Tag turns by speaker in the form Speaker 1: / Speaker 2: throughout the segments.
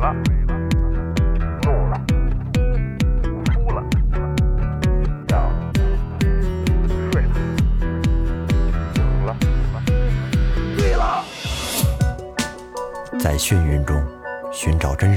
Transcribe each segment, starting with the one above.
Speaker 1: 了，怒了，哭了，笑了，睡了，醒了，醉了。
Speaker 2: 在眩晕中寻找真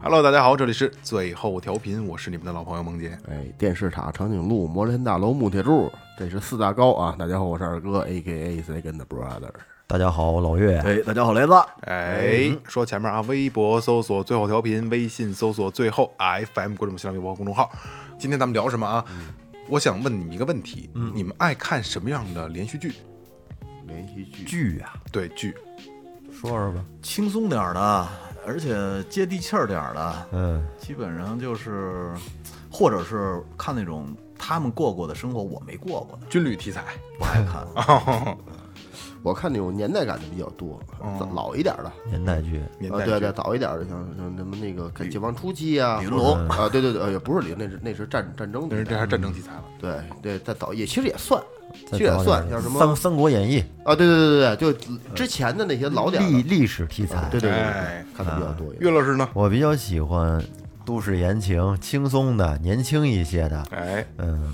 Speaker 3: Hello，大家好，这里是最后调频，我是你们的老朋友萌姐。
Speaker 4: 哎，电视塔、长颈鹿、摩天大楼、木铁柱，这是四大高啊！大家好，我是二哥，A K A Second Brother。
Speaker 2: 大家好，我老岳。
Speaker 5: 哎，大家好，雷子。
Speaker 3: 哎，说前面啊，微博搜索最后调频，微信搜索最后 FM，关注我们新浪微博和公众号。今天咱们聊什么啊？我想问你们一个问题，你们爱看什么样的连续剧？
Speaker 4: 连续剧
Speaker 2: 剧啊，
Speaker 3: 对剧，
Speaker 2: 说说吧。
Speaker 5: 轻松点儿的，而且接地气儿点儿的，
Speaker 2: 嗯，
Speaker 5: 基本上就是，或者是看那种他们过过的生活，我没过过的，
Speaker 3: 军旅题材。
Speaker 5: 不爱看。
Speaker 4: 我看那种年代感的比较多，老一点的，
Speaker 2: 年代剧，
Speaker 3: 年
Speaker 4: 啊，
Speaker 3: 代
Speaker 4: 对
Speaker 3: 剧
Speaker 4: 对，早一点的，像像什么那个解放初期啊，
Speaker 5: 李云
Speaker 4: 或者
Speaker 5: 龙
Speaker 4: 啊，对对对，呃也不是李，那是那是战战争题
Speaker 3: 但是
Speaker 4: 材，
Speaker 3: 这还是战争题材了。
Speaker 4: 对对，再早也其实也算，其
Speaker 2: 再
Speaker 4: 实也
Speaker 2: 找
Speaker 4: 算，
Speaker 2: 点
Speaker 4: 像什
Speaker 2: 三
Speaker 4: 么
Speaker 2: 三国演义》
Speaker 4: 啊，对对对对，对，就之前的那些老点儿
Speaker 2: 历
Speaker 4: 的，啊
Speaker 2: 历史题材。
Speaker 4: 对对对
Speaker 3: 哎
Speaker 4: 对，看的比较多。
Speaker 3: 岳老师呢？
Speaker 2: 我比较喜欢都市言情、轻松的、年轻一些的。
Speaker 3: 哎，
Speaker 2: 嗯，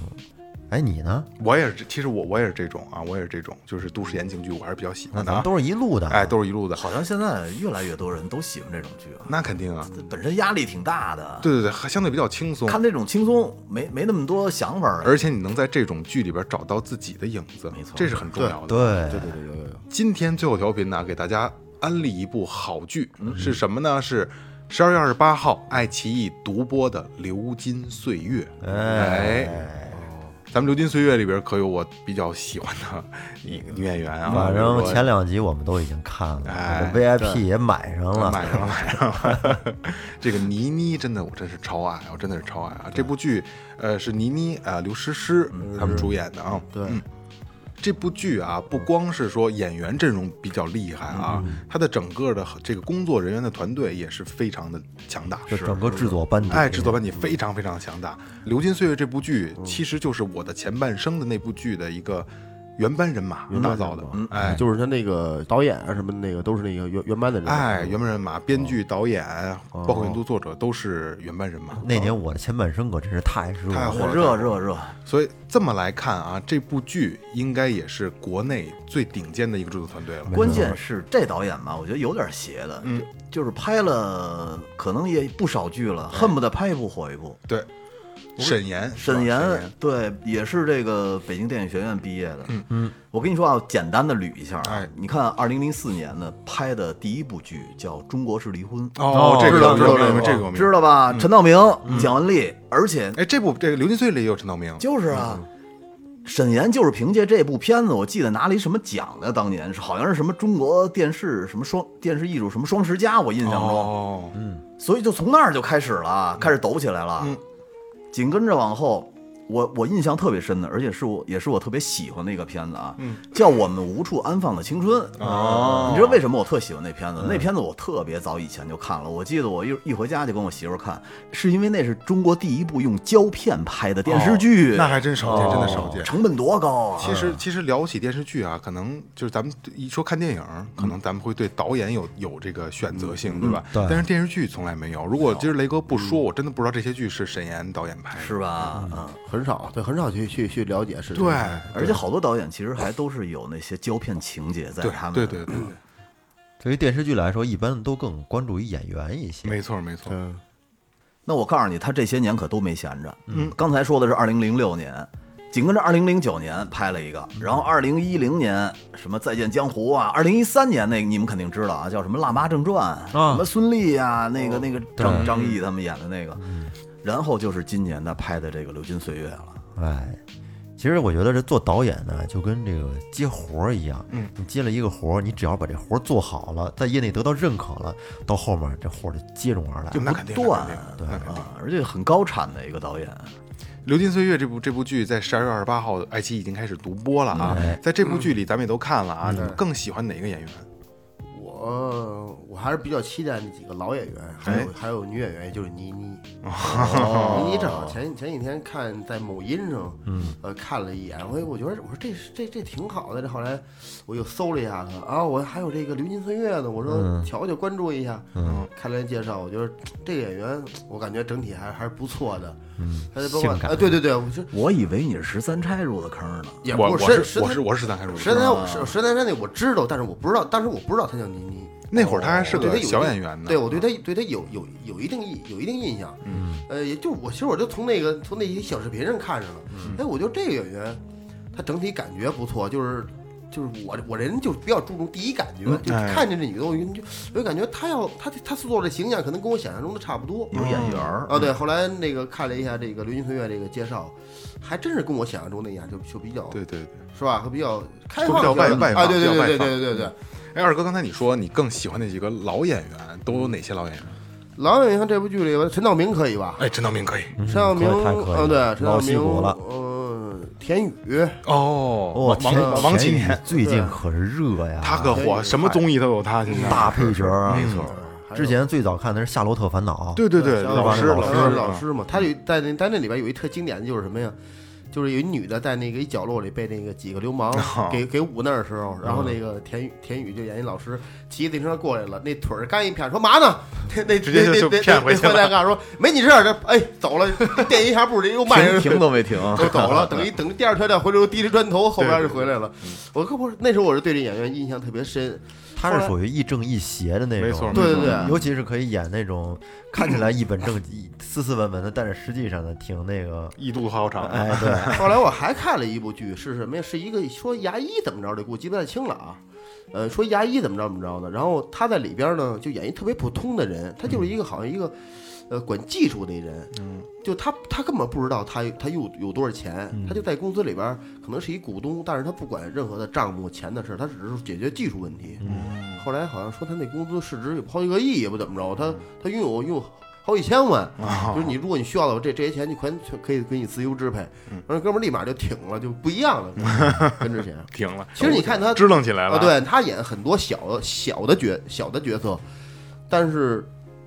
Speaker 2: 哎，你呢？
Speaker 3: 我也是这，其实我我也是这种啊，我也是这种，就是都市言情剧，我还是比较喜
Speaker 2: 那
Speaker 3: 欢的
Speaker 2: 咱
Speaker 3: 啊
Speaker 2: 们。都是一路的。
Speaker 3: 哎，，都是一路的。
Speaker 5: 好像现在越来越多人都喜欢这种剧啊，
Speaker 3: 那肯定啊，
Speaker 5: 本身压力挺大的，
Speaker 3: 对对对，还相对比较轻松，
Speaker 5: 看这种轻松，没没那么多想法儿。
Speaker 3: 而且你能在这种剧里边找到自己的影子，
Speaker 5: 没错
Speaker 3: 这是很重要的。
Speaker 2: 对
Speaker 4: 对对对，有有有，
Speaker 3: 今天最后调频呢，给大家安利一部好剧，
Speaker 2: 嗯
Speaker 3: 是什么呢？是十二月二十八号爱奇艺独播的《流金岁月》。哎，咱们《流金岁月》里边可有我比较喜欢的女女演员啊，
Speaker 2: 反正
Speaker 3: 比如说
Speaker 2: 前两集我们都已经看了，
Speaker 3: 哎
Speaker 2: 我 VIP 也买上了。
Speaker 3: 嗯买上了，买上了。啊 这个倪妮真的，我真是超爱，我真的是超爱啊！这部剧，呃，是倪妮啊、呃刘诗诗他们主演的啊。
Speaker 4: 对
Speaker 3: 嗯这部剧啊，不光是说演员阵容比较厉害啊，它的整个的这个工作人员的团队也是非常的强大，
Speaker 2: 就整个制作班底，
Speaker 3: 哎，制作班底非常非常强大。《流金岁月》这部剧其实就是我的前半生的那部剧的一个原班人马打造的，哎，
Speaker 4: 就是他那个导演啊什么的那个都是那个原原班的人，
Speaker 3: 哎，原班人
Speaker 5: 哦
Speaker 3: 马，编剧、导演，包括原著作者都是原班人马。
Speaker 2: 那年我的前半生可真是太失
Speaker 3: 太
Speaker 2: 落
Speaker 3: 火
Speaker 2: 了。
Speaker 3: 了
Speaker 5: 热热热，
Speaker 3: 所以这么来看啊，这部剧应该也是国内最顶尖的一个制作团队了。
Speaker 5: 关键是这导演吧，我觉得有点邪的，
Speaker 3: 嗯
Speaker 5: 就就是拍了可能也不少剧了，
Speaker 3: 哎
Speaker 5: 恨不得拍一部火一部。
Speaker 3: 对，沈岩，是吧
Speaker 5: 哦沈
Speaker 3: 岩
Speaker 5: 岩，对，也是这个北京电影学院毕业的。嗯嗯，我跟你说啊，简单的捋一下啊，
Speaker 3: 哎
Speaker 5: 你看二零零四年呢拍的第一部剧叫《中国式离婚》，
Speaker 3: 哦，这个
Speaker 5: 知道
Speaker 3: 我
Speaker 5: 知
Speaker 3: 明
Speaker 5: 道
Speaker 3: 白，
Speaker 5: 知道
Speaker 3: 这个我明白嗯
Speaker 5: 知。道吧？陈道明、蒋雯丽，而且
Speaker 3: 哎，嗯这部这个《流金岁》里也有陈道明，
Speaker 5: 就是啊。沈岩就是凭借这部片子，我记得拿了一什么奖呢？当年是好像是什么中国电视什么双电视艺术什么双十佳，我印象中。
Speaker 3: 哦，
Speaker 5: 嗯所以就从那儿就开始了，开始抖起来了。
Speaker 3: 嗯
Speaker 5: 紧跟着往后，我我印象特别深的，而且是我也是我特别喜欢的一个片子啊，
Speaker 3: 嗯
Speaker 5: 叫《我们无处安放的青春》。
Speaker 3: 哦嗯
Speaker 5: 你知道为什么我特喜欢那片子？那片子我特别早以前就看了，我记得我一一回家就跟我媳妇儿看，是因为那是中国第一部用胶片拍的电视剧，
Speaker 3: 哦那还真少见，真的少见。
Speaker 5: 成本多高啊！
Speaker 3: 其实，其实聊起电视剧啊，可能就是咱们一说看电影，可能咱们会对导演有有这个选择性，对吧？
Speaker 2: 对
Speaker 3: 但是电视剧从来没有。如果今儿雷哥不说，我真的不知道这些剧是沈岩导演拍的。
Speaker 5: 是吧？嗯。
Speaker 4: 很少，对，很少去去去了解是。
Speaker 3: 对，
Speaker 5: 而且好多导演其实还都是有那些胶片情节在
Speaker 3: 对，
Speaker 5: 他们
Speaker 3: 对对对，对
Speaker 2: 对于电视剧来说，一般都更关注于演员一些。
Speaker 3: 没错没错。
Speaker 4: 嗯，
Speaker 5: 那我告诉你，他这些年可都没闲着。嗯，刚才说的是二零零六年，紧跟着二零零九年拍了一个，
Speaker 3: 嗯
Speaker 5: 然后二零一零年什么《再见江湖》啊，二零一三年那个你们肯定知道啊，叫什么《辣妈正传》
Speaker 2: 啊
Speaker 5: 什么孙俪啊，那
Speaker 3: 哦
Speaker 5: 个那个
Speaker 3: 嗯
Speaker 5: 张张译他们演的那个，然后就是今年他拍的这个《流金岁月》了。
Speaker 2: 哎，其实我觉得这做导演呢，就跟这个接活儿一样，嗯，你接了一个活儿，你只要把这活儿做好了，在业内得到认可了，到后面这活儿就接踵而来。
Speaker 3: 就那肯定
Speaker 5: 不断
Speaker 3: 那肯定那肯定
Speaker 5: 啊，而且很高产的一个导演，
Speaker 3: 《流金岁月》这部这部剧在十二月二十八号，爱奇艺已经开始独播了啊。在这部剧里，咱们也都看了啊。你们更喜欢哪个演员？
Speaker 4: 我我还是比较期待那几个老演员，还有、还有女演员，也就是倪妮。哦倪妮正好前前几天看在某音上，嗯，呃，看了一眼，我我觉得我说这是这这挺好的，这后来我又搜了一下她啊，我还有这个《流金岁月》呢，我说瞧瞧关注一下，嗯，看了介绍，我觉得这个演员我感觉整体还还是不错的，嗯，还得包括
Speaker 2: 性感
Speaker 4: 啊，对对对，我觉得
Speaker 5: 我以为你是十三钗入的坑呢。
Speaker 4: 也
Speaker 3: 我
Speaker 4: 不
Speaker 3: 我
Speaker 4: 是
Speaker 3: 是我是我是十三开始
Speaker 4: 石南我石石南山那我知道，但是我不知道，当时我不知道他叫倪妮。
Speaker 3: 那会儿他还是
Speaker 4: 哦我对他
Speaker 3: 个
Speaker 4: 有
Speaker 3: 小
Speaker 4: 一
Speaker 3: 演员呢。嗯
Speaker 4: 对我对他对他有有有一定印有一定印象，嗯，呃，也就我其实我就从那个从那些小视频上看上了，
Speaker 3: 嗯
Speaker 4: 哎，我觉得这个演员他整体感觉不错，就是就是我我这人就是比较注重第一感
Speaker 3: 嗯
Speaker 4: 觉，就是
Speaker 3: 哎
Speaker 4: 看见这女的我就就我就感觉她要她她塑造的形象可能跟我想象中的差不
Speaker 3: 嗯
Speaker 4: 多，
Speaker 5: 有眼缘
Speaker 3: 哦
Speaker 5: 儿，
Speaker 4: 啊，对，后来那个看了一下这个《流金岁月》这个介绍，还真是跟我想象中那样，就就比较
Speaker 3: 对对对。
Speaker 4: 是吧？会比较开
Speaker 3: 会比
Speaker 4: 放
Speaker 3: 较
Speaker 4: 一
Speaker 3: 外
Speaker 4: 些
Speaker 3: 外
Speaker 4: 啊，
Speaker 3: 放
Speaker 4: 对
Speaker 3: 比较
Speaker 4: 对
Speaker 3: 外
Speaker 4: 对对
Speaker 3: 放
Speaker 4: 对对对。
Speaker 3: 哎，二哥，刚才你说你更喜欢那几个老演员，都有哪些老演员？
Speaker 4: 老演员这部剧里边，陈道明可以吧？
Speaker 3: 哎，陈道明可以。
Speaker 4: 陈道明，
Speaker 2: 可以太可以
Speaker 4: 嗯，对，陈道
Speaker 2: 老戏
Speaker 4: 明，
Speaker 2: 骨了
Speaker 4: 呃，田雨，
Speaker 3: 哦，
Speaker 2: 我
Speaker 3: 王
Speaker 2: 天，
Speaker 3: 王王
Speaker 2: 田
Speaker 3: 启
Speaker 2: 宇
Speaker 3: 年，
Speaker 2: 最近可是热呀，
Speaker 3: 他可火，什么综艺都有他。现在嗯
Speaker 2: 大配角儿啊，没
Speaker 4: 错还有
Speaker 2: 之前最早看的是《夏洛特烦恼》，
Speaker 3: 对对对，
Speaker 4: 像
Speaker 3: 老师
Speaker 4: 老
Speaker 3: 师
Speaker 4: 老师嘛，他有在那在那里边有一特经典的就是什么呀？就是有一女的在那个一角落里被那个几个流氓给给捂那儿的时候，然后那个田雨田雨就演一老师骑自行车过来了，那腿儿刚一骗说嘛呢？那那
Speaker 3: 直接就
Speaker 4: 那
Speaker 3: 就
Speaker 4: 那
Speaker 3: 骗回去
Speaker 4: 那
Speaker 3: 了
Speaker 4: 那坏蛋告诉说没你事儿，这哎走了，垫一下步，这又迈
Speaker 5: 停
Speaker 4: 人
Speaker 5: 停都 没停，
Speaker 4: 就走 了。等一等第二条再回头提着砖头，后边就回来了。我可不是那时候我是对这演员印象特别深，
Speaker 2: 他
Speaker 4: 后
Speaker 2: 是
Speaker 4: 来
Speaker 2: 属于亦正亦邪的那
Speaker 3: 没错
Speaker 2: 种，
Speaker 3: 没
Speaker 4: 对对
Speaker 2: 尤其是可以演那种看起来一本正经、斯斯文文的，但是实际上呢，挺那个，
Speaker 3: 一度好长。
Speaker 2: 哎，对，
Speaker 4: 后来我还看了一部剧，是什么呀？是一个说牙医怎么着的，给我记不太清了啊。呃，说牙医怎么着怎么着的，然后他在里边呢就演一特别普通的人，他就是一个好像一个，呃，管技术的人，嗯，就他他根本不知道他他有有多少钱，他就在公司里边可能是一股东，但是他不管任何的账目钱的事，他只是解决技术问题。嗯，后来好像说他那公司市值有好几个亿也不怎么着，他他拥有拥有好几千万，
Speaker 3: 哦
Speaker 4: 就是你，如果你需要的话，这这些钱你全全可以给你自由支配。
Speaker 3: 嗯
Speaker 4: 然后哥们儿立马就挺了，就不一样了， 跟跟之前。
Speaker 3: 停了。
Speaker 4: 其实你看他
Speaker 3: 支棱起来了。
Speaker 4: 啊，，对他演很多小的小的角小的角色，但是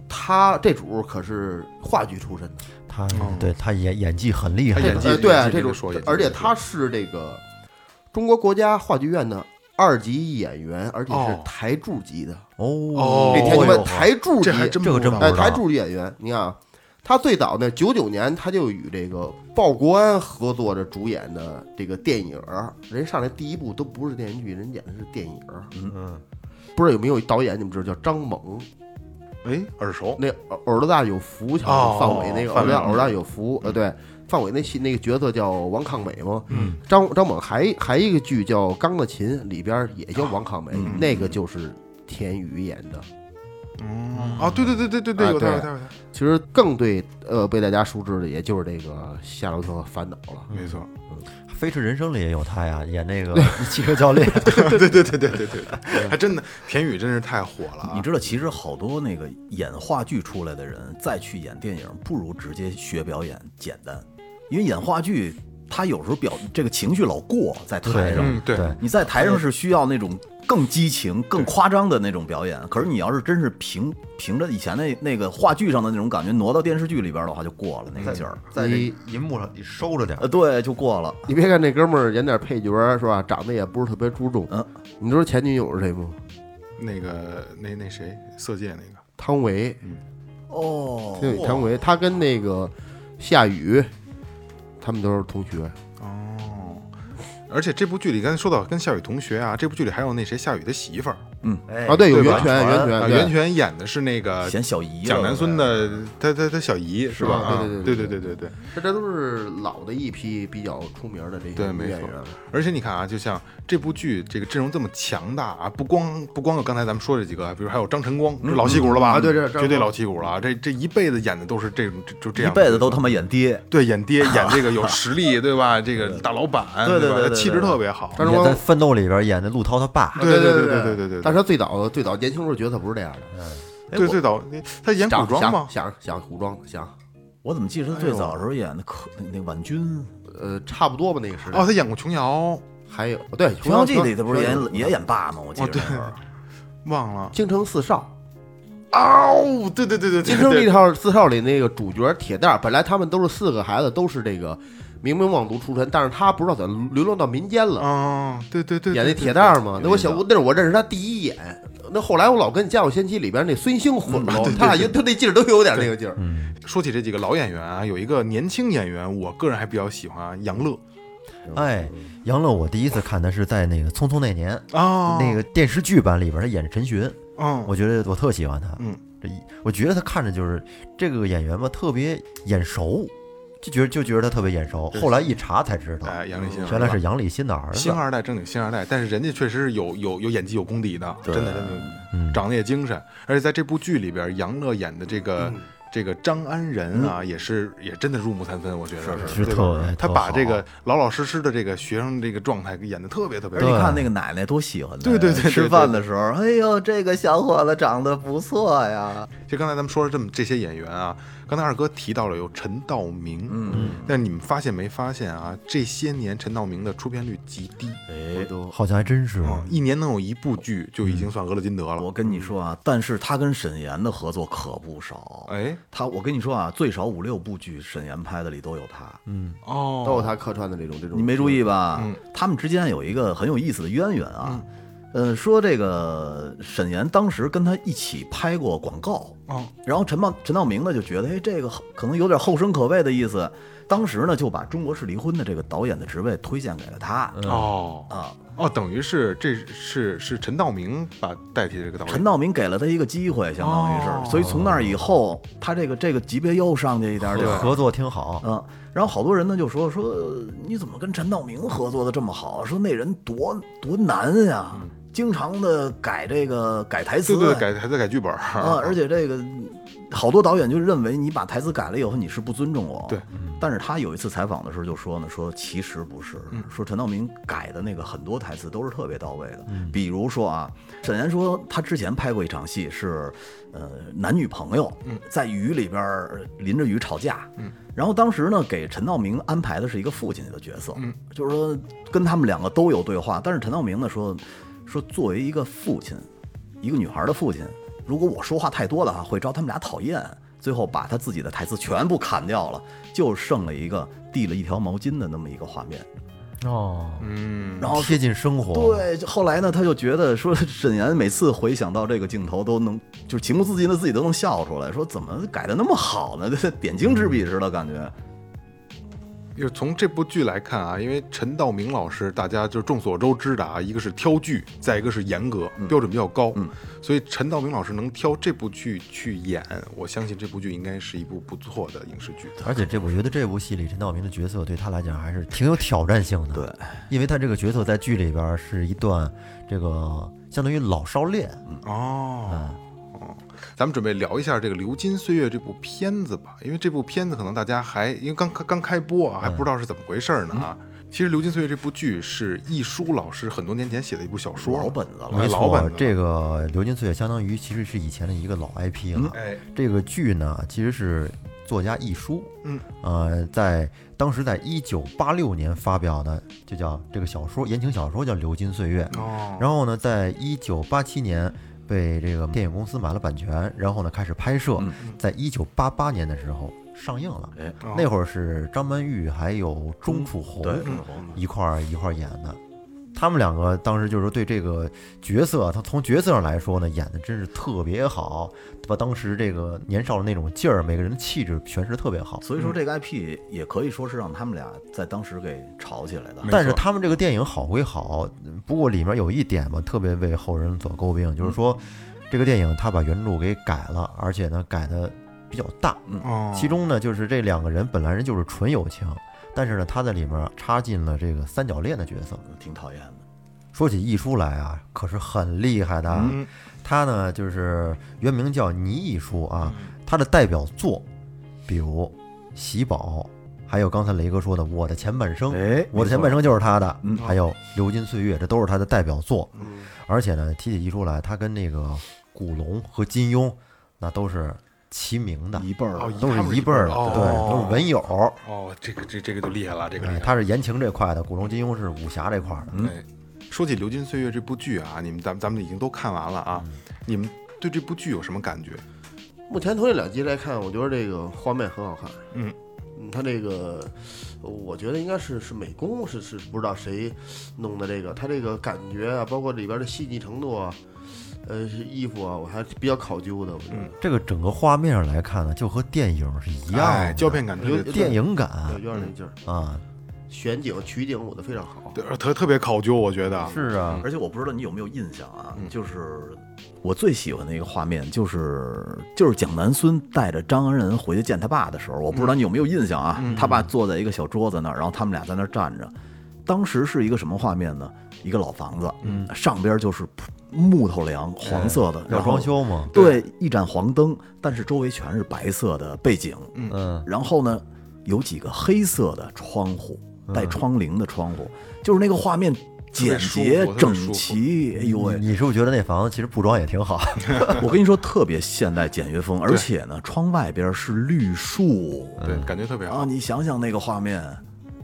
Speaker 4: 他这主可是话剧出身的，
Speaker 2: 他对他演嗯演技很厉害，
Speaker 3: 他演技
Speaker 4: 呃
Speaker 3: 演
Speaker 4: 对
Speaker 3: 技
Speaker 4: 这
Speaker 3: 这个
Speaker 4: 种
Speaker 3: 说演技，
Speaker 4: 而且他是这个中国国家话剧院的二级演员，而且是
Speaker 3: 哦
Speaker 4: 台柱级的。
Speaker 2: 哦，
Speaker 4: 这天津
Speaker 2: 哎呦
Speaker 4: 问台柱级
Speaker 3: 这还真
Speaker 2: 这个真
Speaker 3: 不
Speaker 2: 不
Speaker 3: 知道
Speaker 4: 哎，
Speaker 2: 知
Speaker 4: 台
Speaker 2: 道，
Speaker 4: 柱演员，你看啊，他最早呢，九九年他就与这个鲍国安合作着主演的这个电影儿，人上来第一部都不是电视剧，人演的是电影儿。嗯
Speaker 2: 嗯，
Speaker 4: 不知道有没有一导演你们知道叫张猛，
Speaker 3: 哎，耳熟。
Speaker 4: 那耳耳朵大有福，瞧
Speaker 3: 哦
Speaker 4: 范伟那个
Speaker 3: 范
Speaker 4: 耳
Speaker 3: 伟嗯
Speaker 4: 朵大耳朵大有福，呃，对，范伟那戏那个角色叫王抗美嘛。
Speaker 3: 嗯，
Speaker 4: 张张猛还还一个剧叫《钢的琴》，里边也叫王抗美，那个就是田雨演的。
Speaker 3: 嗯啊，对对对对对对，
Speaker 4: 哎
Speaker 3: 有他
Speaker 4: 对
Speaker 3: 有他有他，
Speaker 4: 其实更对呃被大家熟知的，也就是这个夏洛特烦恼了。
Speaker 3: 没错。
Speaker 2: 《飞驰人生》里也有他呀，演那个 汽车教练，
Speaker 3: 对对对对对对对，还真的，田雨真是太火了
Speaker 5: 你
Speaker 3: 啊！
Speaker 5: 知道，其实好多那个演话剧出来的人，再去演电影，不如直接学表演简单，因为演话剧，他有时候表这个情绪老过在台上，
Speaker 3: 嗯，对，
Speaker 2: 对
Speaker 5: 你在台上是需要那种更激情、更夸张的那种表演。可是你要是真是凭凭着以前那那个话剧上的那种感觉挪到电视剧里边的话，就过了那个劲儿。
Speaker 4: 在
Speaker 2: 这
Speaker 4: 这，
Speaker 2: 银幕上你收着
Speaker 3: 嗯
Speaker 2: 点儿
Speaker 5: 呃，，对，就过了。
Speaker 4: 你别看这哥们儿演点配角儿是吧，长得也不是特别出众。
Speaker 5: 嗯，
Speaker 4: 你知道前女友是谁吗？
Speaker 3: 那个那那谁，色戒那个，
Speaker 4: 汤唯，
Speaker 3: 嗯
Speaker 5: 哦，
Speaker 4: 对，汤唯，他跟那个夏雨，他们都是同学。
Speaker 3: 哦，而且这部剧里刚才说到跟夏雨同学啊，这部剧里还有那谁夏雨的媳妇儿，
Speaker 5: 嗯，
Speaker 2: 哎
Speaker 4: 啊，对，有
Speaker 3: 对
Speaker 4: 源
Speaker 3: 吧
Speaker 4: 泉，源
Speaker 3: 啊，
Speaker 4: 泉，
Speaker 3: 袁泉演的是那个
Speaker 5: 显小姨了
Speaker 3: 蒋南孙的，他他他小姨是吧？
Speaker 4: 啊
Speaker 3: 啊，
Speaker 4: 对
Speaker 3: 对对
Speaker 4: 对
Speaker 3: 对对对。
Speaker 4: 这这都是老的一批比较出名的这些
Speaker 3: 对，没
Speaker 4: 女演
Speaker 3: 错
Speaker 4: 员了。
Speaker 3: 而且你看啊，就像这部剧这个阵容这么强大啊，不光不光有刚才咱们说这几个，比如还有张晨光，这老戏骨了吧？
Speaker 4: 啊对这张
Speaker 3: 绝对
Speaker 4: 晨光
Speaker 3: 老戏骨了啊！这这一辈子演的都是这种，这就这
Speaker 5: 一
Speaker 3: 样，
Speaker 5: 辈子都他妈演爹，
Speaker 3: 对演爹演这个有实力，对吧？这个大老板，
Speaker 5: 对对
Speaker 3: 吧
Speaker 5: 对对
Speaker 3: 他气质特别好。
Speaker 4: 张
Speaker 2: 也
Speaker 4: 晨光
Speaker 2: 在《奋斗》里边演的陆涛他爸，
Speaker 3: 对
Speaker 4: 啊对
Speaker 3: 对
Speaker 4: 对
Speaker 3: 对对对对
Speaker 4: 但是他最早最早年轻时候觉得他不是这样的，
Speaker 5: 哎
Speaker 3: 对，
Speaker 5: 我
Speaker 3: 最早他演古
Speaker 4: 想
Speaker 3: 装吗？
Speaker 4: 想想想古装，想
Speaker 5: 我怎么记得
Speaker 3: 哎
Speaker 5: 他最早的时候演的可那婉君，
Speaker 4: 呃差不多吧那个时代。
Speaker 3: 哦，他演过琼瑶，
Speaker 4: 还有对《
Speaker 5: 《
Speaker 4: 琼
Speaker 5: 琼瑶记》里
Speaker 4: 他
Speaker 5: 他不是演也演爸吗？我
Speaker 3: 哦
Speaker 5: 记得那会儿
Speaker 3: 忘了。
Speaker 4: 京城四少，
Speaker 3: 哦，对对对 对，对
Speaker 4: 《京城
Speaker 3: 对
Speaker 4: 四少》四少里那个主角铁蛋儿，本来他们都是四个孩子，都是这个名门望族出身，但是他不知道怎么流浪到民间了。
Speaker 3: 哦，对对对，
Speaker 5: 嗯
Speaker 3: 对
Speaker 4: 演
Speaker 3: 对
Speaker 4: 那铁蛋儿嘛，那我
Speaker 5: 印
Speaker 4: 小
Speaker 5: 象
Speaker 4: 我那是我认识他第一眼，那后来我老跟《家有仙妻》里边那孙兴
Speaker 5: 嗯
Speaker 4: 混了，他俩就他那劲儿都有点那个劲儿。
Speaker 3: 说起这几个老演员啊，有一个年轻演员，我个人还比较喜欢啊杨乐
Speaker 2: 哎，杨乐，我第一次看他是在那个《匆匆那年》
Speaker 3: 啊
Speaker 2: 那个电视剧版里边，他演陈寻，
Speaker 3: 嗯，
Speaker 2: 我觉得我特喜欢他。
Speaker 3: 嗯，
Speaker 2: 这一我觉得他看着就是这个演员吧，特别眼熟，就觉得就觉得他特别眼熟。后来一查才知道，
Speaker 3: 哎，杨立新
Speaker 2: 哦原来是杨立新的儿子
Speaker 3: 星。二代，正经星二代，但是人家确实是有有有演技、有功底的，真的真
Speaker 2: 嗯
Speaker 3: 的，长得也精神。而且在这部剧里边，杨乐演的这个这个张安仁啊，也是也真的入木三分，我觉得
Speaker 2: 嗯是
Speaker 3: 对
Speaker 2: 特
Speaker 3: 吧
Speaker 2: 别
Speaker 3: 他
Speaker 2: 特
Speaker 3: 把这
Speaker 2: 好
Speaker 3: 个老老实实的这个学生这个状态给演的特别特别
Speaker 5: 而且
Speaker 3: 好。
Speaker 5: 你看那个奶奶多喜欢他，
Speaker 3: 对对对对对
Speaker 5: 吃饭的时候，哎呦，这个小伙子长得不错呀，
Speaker 3: 其实刚才咱们说了这么这些演员啊，刚才二哥提到了有陈道明，嗯，但你们发现没发现啊？这些年陈道明的出片率极低，
Speaker 5: 哎。
Speaker 2: 好像还真是，
Speaker 3: 啊，一年能有一部剧就已经算俄勒金德了。
Speaker 5: 我跟你说啊，但是他跟沈岩的合作可不少。
Speaker 3: 哎，
Speaker 5: 他，我跟你说啊，最少五六部剧沈岩拍的里都有他，
Speaker 3: 哦，
Speaker 4: 都有他客串的这种这种，
Speaker 5: 嗯你没注意吧？
Speaker 3: 嗯
Speaker 5: 他们之间有一个很有意思的渊源啊。
Speaker 3: 嗯
Speaker 5: 呃，说这个沈岩当时跟他一起拍过广告，
Speaker 3: 哦
Speaker 5: 然后陈茂陈道明呢就觉得，哎，这个可能有点后生可畏的意思，当时呢就把《中国式离婚》的这个导演的职位推荐给了他。
Speaker 3: 哦
Speaker 5: 啊，
Speaker 3: 哦，等于是这是是陈道明把代替这个导演。
Speaker 5: 陈道明给了他一个机会，相当于是，
Speaker 3: 哦
Speaker 5: 所以从那儿以后，他这个这个级别又上去一点儿，对吧？
Speaker 2: 哦合作挺好。
Speaker 3: 啊
Speaker 5: 嗯，然后好多人呢就说说呃你怎么跟陈道明合作的这么好？啊说那人多多难呀，经常的改这个改台词
Speaker 3: 嗯对
Speaker 5: 啊，
Speaker 3: 对，改还在改剧本
Speaker 5: 啊，而且这个好多导演就认为你把台词改了以后你是不尊重我。嗯
Speaker 3: 对，
Speaker 5: 但是他有一次采访的时候就说呢，说其实不是，说陈道明改的那个很多台词都是特别到位的。比如说啊，沈岩说他之前拍过一场戏是，呃，男女朋友在雨里边儿淋着雨吵架。嗯。然后当时呢，给陈道明安排的是一个父亲的角色，就是说跟他们两个都有对话，但是陈道明呢说，说作为一个父亲，一个女孩的父亲，如果我说话太多的话，会招他们俩讨厌。最后把他自己的台词全部砍掉了，就剩了一个递了一条毛巾的那么一个画面。
Speaker 2: 哦，
Speaker 3: 嗯，
Speaker 5: 然后
Speaker 2: 贴近生活。，
Speaker 5: 对，后来呢，他就觉得说 沈岩每次回想到这个镜头都能，就是情不自禁的自己都能笑出来，说怎么改的那么好呢？ 这点睛之笔似的感觉。
Speaker 3: 就是从这部剧来看啊，因为陈道明老师大家就是众所周知的啊，一个是挑剧，再一个是严格，
Speaker 5: 嗯
Speaker 3: 标准比较高，所以陈道明老师能挑这部剧去演，我相信这部剧应该是一部不错的影视剧。
Speaker 2: 而且这我觉得这部戏里陈道明的角色对他来讲还是挺有挑战性的。
Speaker 5: 对，
Speaker 2: 因为他这个角色在剧里边是一段这个相当于老少恋，
Speaker 3: 哦。
Speaker 2: 嗯
Speaker 3: 哦，咱们准备聊一下这个《流金岁月》这部片子吧，因为这部片子可能大家还因为刚刚开播啊，还不知道是怎么回事儿呢啊。
Speaker 2: 嗯
Speaker 3: 其实《流金岁月》这部剧是易舒老师很多年前写的一部小说，
Speaker 5: 老本子了
Speaker 2: 没
Speaker 3: 哎老本
Speaker 2: 错
Speaker 3: 子，
Speaker 2: 这个《流金岁月》相当于其实是以前的一个老 IP 了。
Speaker 3: 哎，
Speaker 2: 这个剧呢，其实是作家一书，
Speaker 3: 嗯，
Speaker 2: 呃，在当时在一九八六年发表的，就叫这个小说言情小说叫《流金岁月》。
Speaker 3: 哦，
Speaker 2: 然后呢，在一九八七年被这个电影公司买了版权，然后呢开始拍摄，在一九八八年的时候上映了。
Speaker 5: 嗯哎，哦
Speaker 3: 哦
Speaker 2: 那会儿是张曼玉还有钟楚红
Speaker 5: 对，
Speaker 2: 一块儿一块儿演的。他们两个当时就是说对这个角色啊，他从角色上来说呢，演的真是特别好，把当时这个年少的那种劲儿，每个人的气质诠释得特别好。
Speaker 5: 所以说这个 IP 也可以说是让他们俩在当时给炒起来的。
Speaker 3: 没
Speaker 2: 但是
Speaker 3: 错
Speaker 2: 他们这个电影好归好，嗯不过里面有一点嘛，特别为后人所诟
Speaker 3: 嗯
Speaker 2: 病，就是说这个电影他把原著给改了，而且呢改的比较大。
Speaker 3: 哦，
Speaker 2: 其中呢，就是这两个人本来人就是纯友情，但是呢，他在里面插进了这个三角恋的角色。
Speaker 5: 挺讨厌的。
Speaker 2: 说起易舒来啊，可是很厉害的啊。
Speaker 3: 嗯
Speaker 2: 他呢，就是原名叫倪易舒啊，
Speaker 3: 嗯
Speaker 2: 他的代表作，比如《喜宝》，还有刚才雷哥说的《我的前半生》。
Speaker 5: 哎
Speaker 2: 我的前半生就是他的，
Speaker 5: 嗯
Speaker 2: 还有《流金岁月》，这都是他的代表作。
Speaker 3: 嗯
Speaker 2: 而且呢，提起易舒来，他跟那个古龙和金庸，那都是齐名的，
Speaker 5: 一辈儿
Speaker 3: 哦
Speaker 2: 都
Speaker 3: 他们
Speaker 2: 是
Speaker 3: 是一
Speaker 2: 一辈儿的，
Speaker 3: 辈儿的
Speaker 2: 对，
Speaker 3: 哦
Speaker 2: 都是文友。
Speaker 3: 哦，这个这这个就厉害了，这个
Speaker 2: 哎
Speaker 3: 厉哎害了。
Speaker 2: 他嗯是言情这块的，古龙、金庸是武侠这块的。
Speaker 3: 对，说起《流金岁月》这部剧啊，你们咱们咱们已经都看完了啊，
Speaker 2: 嗯
Speaker 3: 你们对这部剧有什么感觉？
Speaker 4: 目前从这两集来看，我觉得这个画面很好看。
Speaker 3: 嗯
Speaker 4: 嗯，他这个，我觉得应该是是美工，是是不知道谁弄的这个，他这个感觉啊，包括里边的细腻程度啊，呃，是衣服啊，我还比较考究的。我觉
Speaker 3: 嗯
Speaker 4: 得
Speaker 2: 这个整个画面上来看呢，就和电影是一样
Speaker 3: 哎，
Speaker 2: 的，
Speaker 3: 胶片感特别
Speaker 4: 有
Speaker 2: 电影感
Speaker 4: 对有点那劲
Speaker 3: 嗯
Speaker 4: 儿，
Speaker 2: 啊，
Speaker 4: 选景、取景舞的非常好。
Speaker 3: 对特特别考究，我觉得
Speaker 2: 是啊，
Speaker 5: 而且我不知道你有没有印象啊，
Speaker 2: 嗯
Speaker 5: 就是我最喜欢的一个画面，就是就是蒋南孙带着张安仁回去见他爸的时候，我不知道你有没有印象
Speaker 2: 嗯
Speaker 5: 啊？他爸坐在一个小桌子那儿，然后他们俩在那儿站着。当时是一个什么画面呢？一个老房子，嗯，上边就是铺木头梁，黄色
Speaker 3: 嗯
Speaker 5: 的，
Speaker 2: 哎要
Speaker 5: 然后
Speaker 2: 装。修嘛，
Speaker 5: 对，一盏黄灯，但是周围全是白色的背景，
Speaker 2: 嗯，
Speaker 5: 然后呢，有几个黑色的窗户，带
Speaker 3: 嗯
Speaker 5: 窗棂的窗户，就是那个画面简
Speaker 3: 特别舒服
Speaker 5: 洁
Speaker 3: 特别
Speaker 5: 整
Speaker 3: 舒服嗯
Speaker 5: 齐。哎呦喂，
Speaker 2: 你是不是觉得那房子其实不装也挺 好？
Speaker 5: 我跟你说，特别现代简 约风，而且呢，窗外边是绿树
Speaker 3: 对，感觉特别
Speaker 5: 啊，
Speaker 3: 好。
Speaker 5: 你想想那个画面，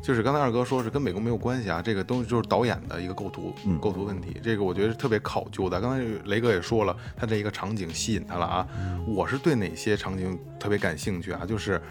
Speaker 3: 就是刚才二哥说是跟美工没有关系啊，这个东西就是导演的一个构图、构图问题，这个我觉得是特别考究的。刚才雷哥也说了，他这一个场景吸引他了啊。我是对哪些场景特别感兴趣啊？就是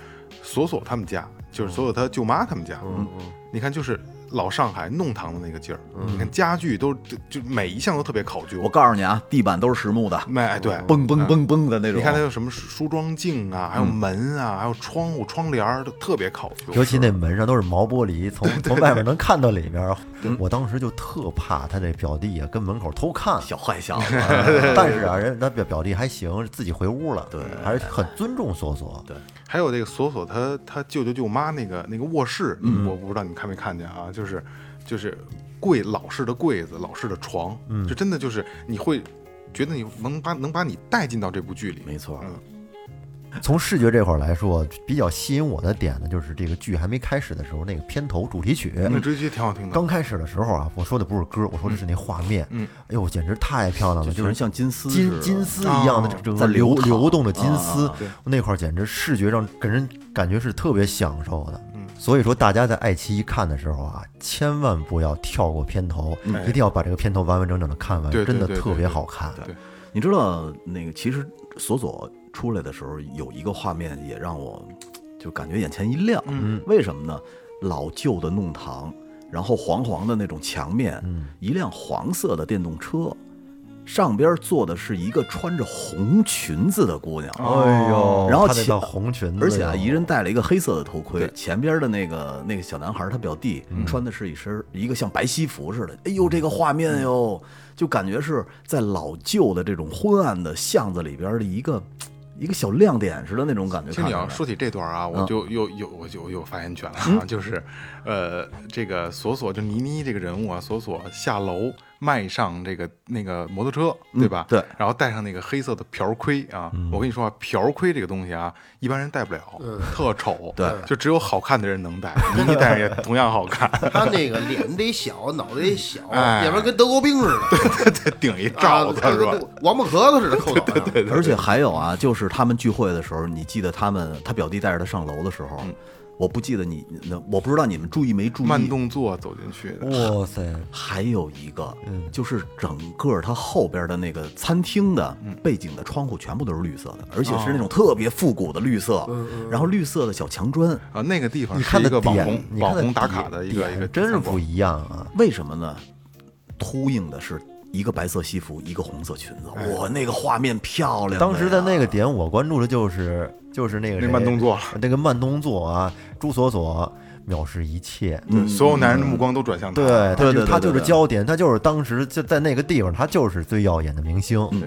Speaker 3: 索索他们家，就是索索他舅妈他们家，嗯，你看就是老上海弄堂的那个劲儿，你看家具都就就每一项都特别考究。
Speaker 5: 我告诉你啊，地板都是实木的，
Speaker 3: 没哎对，
Speaker 5: 嘣嘣嘣嘣的那种。
Speaker 3: 你看它有什么梳妆镜啊，还有门啊，还有窗户、窗帘儿都特别考究。
Speaker 2: 尤其那门上都是毛玻璃，从从外面能看到里边儿。我当时就特怕他这表弟啊跟门口偷看，
Speaker 5: 小坏小子，
Speaker 3: 嗯
Speaker 2: 但是啊，人他表表弟还行，自己回屋了，对，还是很尊重索索，对，
Speaker 3: 还有这个索索他他舅舅舅妈那个那个卧室，
Speaker 5: 嗯
Speaker 3: 我不知道你看没看见啊，就是就是柜老式的柜子，老式的床，
Speaker 5: 嗯
Speaker 3: 就真的就是你会觉得你能把能把你带进到这部剧里，
Speaker 5: 没错
Speaker 3: 嗯
Speaker 2: 从视觉这块儿来说，比较吸引我的点呢，就是这个剧还没开始的时候，那个片头主题曲。
Speaker 3: 那追剧挺好听的。
Speaker 2: 刚开始的时候啊，我说的不是歌，我说的是那画面。
Speaker 3: 嗯，
Speaker 2: 哎呦，简直太漂亮了，就
Speaker 5: 全
Speaker 2: 是
Speaker 5: 是像金丝似
Speaker 2: 金
Speaker 5: 的
Speaker 2: 金丝一样的
Speaker 3: 哦
Speaker 2: 整
Speaker 5: 在
Speaker 2: 个
Speaker 5: 流
Speaker 2: 流
Speaker 5: 淌
Speaker 2: 流动的金
Speaker 5: 啊
Speaker 2: 丝
Speaker 5: 啊，
Speaker 2: 那块儿简直视觉上给人感觉是特别享受的。
Speaker 3: 嗯
Speaker 2: 所以说大家在爱奇艺看的时候啊，千万不要跳过片头，一定要把这个片头完完整整的看完，
Speaker 3: 嗯哎对对
Speaker 2: 真的
Speaker 3: 对对
Speaker 2: 特别
Speaker 3: 对
Speaker 2: 好看。
Speaker 3: 对
Speaker 5: 你知道那个，其实索索出来的时候有一个画面也让我就感觉眼前一亮，嗯，为什么呢？老旧的弄堂，然后黄黄的那种墙面，嗯，一辆黄色的电动车，上边坐的是一个穿着红裙子的姑娘，
Speaker 2: 哎呦
Speaker 5: 然后
Speaker 2: 她那
Speaker 5: 前
Speaker 2: 叫红
Speaker 3: 嗯
Speaker 2: 裙子，
Speaker 5: 而且啊，一人戴了一个黑色的头盔，前边的那个那个小男孩，他表弟穿的是一身一个像白西服似的。哎
Speaker 3: 嗯
Speaker 5: 呦，这个画面哟，就感觉是在老旧的这种昏暗的巷子里边的一个一个小亮点似的那种感觉。
Speaker 3: 听你要
Speaker 5: 看着
Speaker 3: 说起这段啊，
Speaker 2: 嗯
Speaker 3: 我就又又我就有发言权了啊，就是，呃，这个索索就倪妮这个人物啊，索索下楼迈上这个那个摩托车，
Speaker 2: 嗯
Speaker 3: 对吧？
Speaker 5: 对，
Speaker 3: 然后戴上那个黑色的瓢盔啊，我跟你说啊，瓢盔这个东西啊，一般人戴不了，特 丑，
Speaker 5: 对，
Speaker 3: 就只有好看的人能戴，倪妮戴上也同样好看，
Speaker 4: 他那个脸得小，脑袋得小，
Speaker 3: 哎
Speaker 4: 要不然跟德国兵似的，
Speaker 3: 对，顶一罩子
Speaker 4: 啊
Speaker 3: 是吧？
Speaker 4: 王八壳子似的 扣脑上。
Speaker 5: 而且还有啊，就是他们聚会的时候，你记得他们他表弟带着他上楼的时候，我不记得你，那我不知道你们注意没注意，
Speaker 3: 嗯慢动作走进去的，
Speaker 2: 哇塞，
Speaker 5: 还有一个，
Speaker 3: 嗯
Speaker 5: 就是整个它后边的那个餐厅的
Speaker 3: 嗯
Speaker 5: 背景的窗户全部都是绿色的，而且是那种特别复古的绿
Speaker 3: 哦
Speaker 5: 色，
Speaker 3: 嗯
Speaker 5: 然后绿色的小墙砖，
Speaker 3: 啊，那个地方
Speaker 2: 你
Speaker 3: 是
Speaker 2: 看
Speaker 3: 一
Speaker 2: 的
Speaker 3: 个网
Speaker 2: 点
Speaker 3: 红，
Speaker 2: 你
Speaker 3: 网
Speaker 2: 看的
Speaker 3: 红打
Speaker 2: 点
Speaker 3: 卡的一个一个
Speaker 2: 点真是
Speaker 3: 散步
Speaker 2: 不一样啊。
Speaker 5: 为什么呢？秃映的是一个白色西服，一个红色裙
Speaker 3: 哎
Speaker 5: 子，哇，那个画面漂亮的呀。
Speaker 2: 当时在
Speaker 3: 啊
Speaker 2: 那个点，我关注的就是就是那个
Speaker 3: 那
Speaker 2: 谁
Speaker 3: 慢动作了，
Speaker 2: 这个慢动作啊，朱锁锁藐视一切，
Speaker 3: 对所有男人的目光都转向
Speaker 2: 嗯
Speaker 3: 他。
Speaker 2: 对，他
Speaker 5: 对
Speaker 2: 就
Speaker 5: 对
Speaker 2: 他
Speaker 5: 对
Speaker 2: 就是
Speaker 5: 对
Speaker 2: 焦点，他就是当时就在那个地方，他就是最耀眼的明星。
Speaker 3: 嗯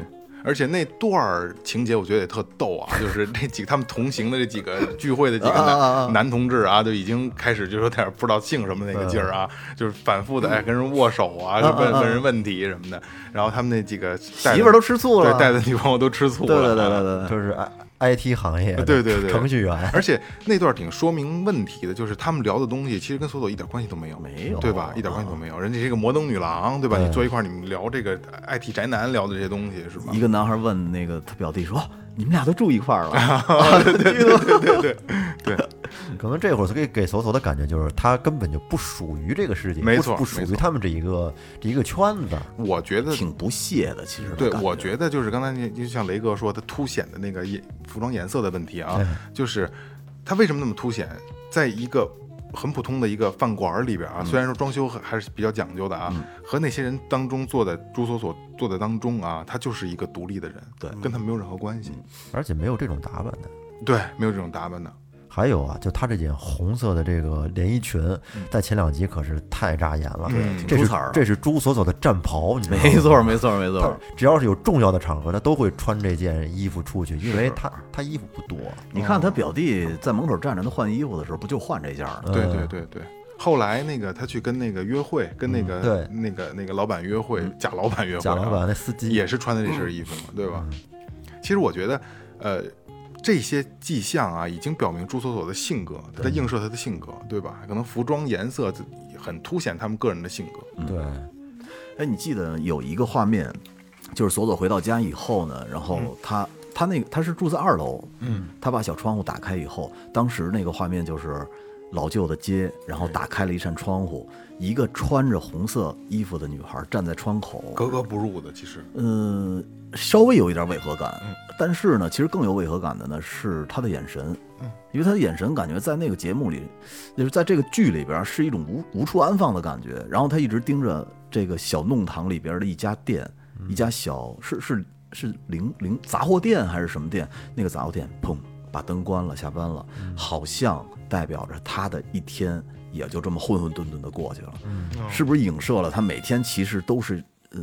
Speaker 3: 而且那段儿情节我觉得也特逗 啊，就是那几个他们同行的这几个聚会的几个
Speaker 5: 啊啊啊啊
Speaker 3: 男男同志啊，就已经开始就有点不知道姓什么那个劲儿啊，
Speaker 5: 嗯
Speaker 3: 就是反复的哎跟人握手啊，就问问人问题什么的。然后他们那几个媳
Speaker 5: 媳妇儿都吃醋了
Speaker 3: 对，带的女朋友都吃醋
Speaker 5: 对对
Speaker 3: 了，
Speaker 5: 对对对对。
Speaker 2: 就是 I I T 行业的
Speaker 3: 对对对
Speaker 2: 程序员，
Speaker 3: 而且那段挺说明问题的，就是他们聊的东西其实跟索索一点关系都没有，没
Speaker 5: 有
Speaker 3: 对吧？一点关系都没有。人家是一个摩登女郎，对吧？你坐一块儿，你们聊这个 IT 宅男聊的这些东西是吧？
Speaker 5: 一个男孩问那个他表弟说：“你们俩都住一块儿了？”
Speaker 2: 可能这会儿给给索索的感觉就是他根本就不属于这个世界，
Speaker 3: 没
Speaker 2: 不
Speaker 3: 错
Speaker 2: 不属
Speaker 3: 没
Speaker 2: 于
Speaker 3: 错
Speaker 2: 他们这一个这一个圈子。
Speaker 3: 我觉得
Speaker 5: 挺不屑的，其实
Speaker 3: 对，
Speaker 5: 感
Speaker 3: 我觉得就是刚才你就像雷哥说，它凸显的那个颜服装颜色的问题啊，就是它为什么那么凸显，在一个很普通的一个饭馆里边啊，虽然说装修还还是比较讲究的啊，和那些人当中做的朱锁锁做的当中啊，他就是一个独立的人，
Speaker 5: 对
Speaker 3: 跟他没有任何关系，
Speaker 2: 而且没有这种打扮的。
Speaker 3: 对，没有这种打扮的，
Speaker 2: 还有啊，就她这件红色的这个连衣裙，在前两集可是太扎眼了，
Speaker 3: 嗯
Speaker 2: 这
Speaker 5: 嗯挺出
Speaker 2: 是
Speaker 5: 彩儿的
Speaker 2: 这是朱锁锁的战袍，你知道吗
Speaker 5: 没错，没错，没
Speaker 2: 她
Speaker 3: 嗯
Speaker 5: 错。
Speaker 2: 只要是有重要的场合，她都会穿这件衣服出去，因为她她衣服不多，
Speaker 5: 你看他表弟在门口站着，他换衣服的时候不就换这件
Speaker 2: 嗯
Speaker 5: 儿吗？
Speaker 3: 对对对对。后来那个他去跟那个约会，跟那个、
Speaker 2: 对
Speaker 3: 那个那个老板约会，假老板约会、啊，
Speaker 2: 贾老板那司机
Speaker 3: 也是穿的这身衣服嘛，对吧？其实我觉得，呃，这些迹象啊，已经表明朱锁锁的性格，它在映射她的性格，对吧？可能服装颜色很凸显他们个人的性格。
Speaker 2: 对，
Speaker 5: 哎，你记得有一个画面，就是索索回到家以后呢，然后他、他那个他是住在二楼，嗯，他把小窗户打开以后，当时那个画面就是老旧的街，然后打开了一扇窗户，一个穿着红色衣服的女孩站在窗口，
Speaker 3: 格格不入的，其实，
Speaker 5: 嗯，稍微有一点违和感，但是呢，其实更有违和感的呢是他的眼神，因为他的眼神感觉在那个节目里，就是在这个剧里边是一种无无处安放的感觉。然后他一直盯着这个小弄堂里边的一家店，一家小是是是零零杂货店还是什么店？那个杂货店砰把灯关了，下班了，好像代表着他的一天也就这么混混沌沌的过去了。是不是影射了他每天其实都是呃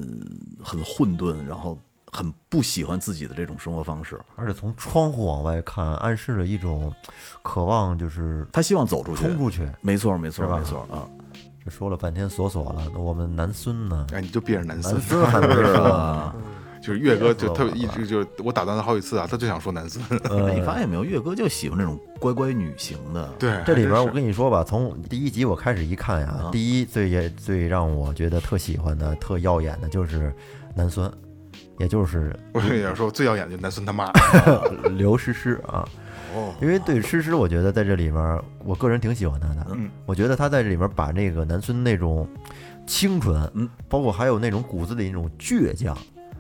Speaker 5: 很混沌，然后很不喜欢自己的这种生活方式？
Speaker 2: 而且从窗户往外看，暗示了一种渴望，就是
Speaker 5: 他希望走出去，
Speaker 2: 冲出去。
Speaker 5: 没错，没错
Speaker 2: 是，吧
Speaker 5: 没错啊！
Speaker 2: 这说了半天锁锁了，那我们男孙 呢？
Speaker 3: 哎，你就憋着男
Speaker 2: 男
Speaker 3: 森，
Speaker 2: 孙还没说，
Speaker 3: 就是岳哥就
Speaker 2: 憋死
Speaker 3: 特
Speaker 2: 我
Speaker 3: 别一直就我打断他好几次啊，他就想说男森。
Speaker 5: 你发现没有，岳哥就喜欢这种乖乖女型的，
Speaker 3: 对，
Speaker 2: 这里边
Speaker 3: 还
Speaker 2: 儿
Speaker 3: 哎真
Speaker 2: 我
Speaker 3: 是啊
Speaker 2: 跟你说吧，从第一集我开始一看呀，第一最也最让我觉得特喜欢的、特耀眼的就是南孙，也 就是
Speaker 3: 我跟你说，我最耀眼就男森他妈。
Speaker 2: 呃刘诗诗啊。
Speaker 3: 哦
Speaker 2: 因为对诗诗，我觉得在这里面儿，我个人挺喜欢她的。
Speaker 3: 嗯，
Speaker 2: 我觉得她在这里面儿把那个南孙那种清纯，
Speaker 5: 嗯，
Speaker 2: 包括还有那种骨子里那种倔强，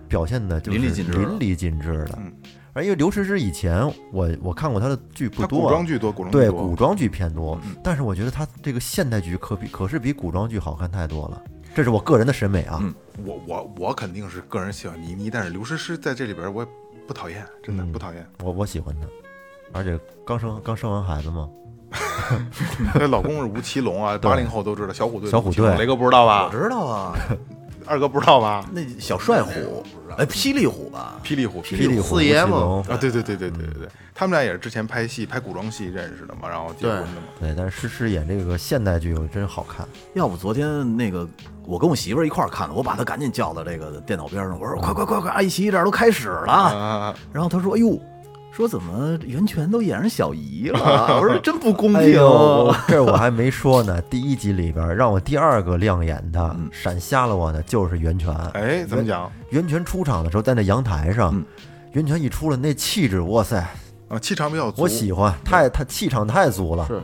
Speaker 2: 表现的就是
Speaker 5: 淋漓尽致
Speaker 2: 淋漓尽致的
Speaker 3: 嗯。
Speaker 2: 而因为刘诗诗以前我我看过她的剧不
Speaker 3: 他
Speaker 2: 多啊，
Speaker 3: 古装剧多，古装剧
Speaker 2: 对
Speaker 3: 多
Speaker 2: 古装剧偏多，但是我觉得它这个现代剧可比可是比古装剧好看太多了，这是我个人的审美啊。
Speaker 5: 嗯
Speaker 3: 我我我肯定是个人喜欢倪妮，但是刘诗诗在这里边我也不讨厌，真的
Speaker 2: 嗯
Speaker 3: 不讨厌。
Speaker 2: 我我喜欢她，而且刚生刚生完孩子嘛，
Speaker 3: 那老公是吴奇隆啊，八零后都知道小虎队的
Speaker 2: 小虎
Speaker 3: 吴奇隆
Speaker 2: 队
Speaker 3: 雷哥不知道吧？
Speaker 5: 知道啊，
Speaker 3: 二哥不知道吧？
Speaker 5: 那小帅虎，哎，霹雳虎吧，
Speaker 3: 霹雳虎，
Speaker 2: 霹雳虎
Speaker 4: 四爷嘛
Speaker 2: 龙，
Speaker 3: 啊，对对对对对对对，他们俩也是之前拍戏拍古装戏认识的嘛，然后结婚的嘛。
Speaker 2: 对，但是诗诗演这个现代剧我真好看，
Speaker 5: 要不昨天那个我跟我媳妇儿一块儿看的，我把她赶紧叫到这个电脑边上，我说快快快快，爱奇艺这儿都开始了。
Speaker 3: 啊，
Speaker 5: 然后她说：“哎呦，说怎么袁泉都演上小姨了？”我说：“真不公平。
Speaker 2: 哎呦，这我还没说呢，第一集里边让我第二个亮眼的闪瞎了我的就是袁泉，
Speaker 3: 哎，怎么讲
Speaker 2: 袁泉出场的时候在那阳台上
Speaker 5: 嗯，
Speaker 2: 袁泉一出来那气质，哇塞，
Speaker 3: 啊？气场比较足，
Speaker 2: 我喜欢，太他气场太足了。
Speaker 4: 是，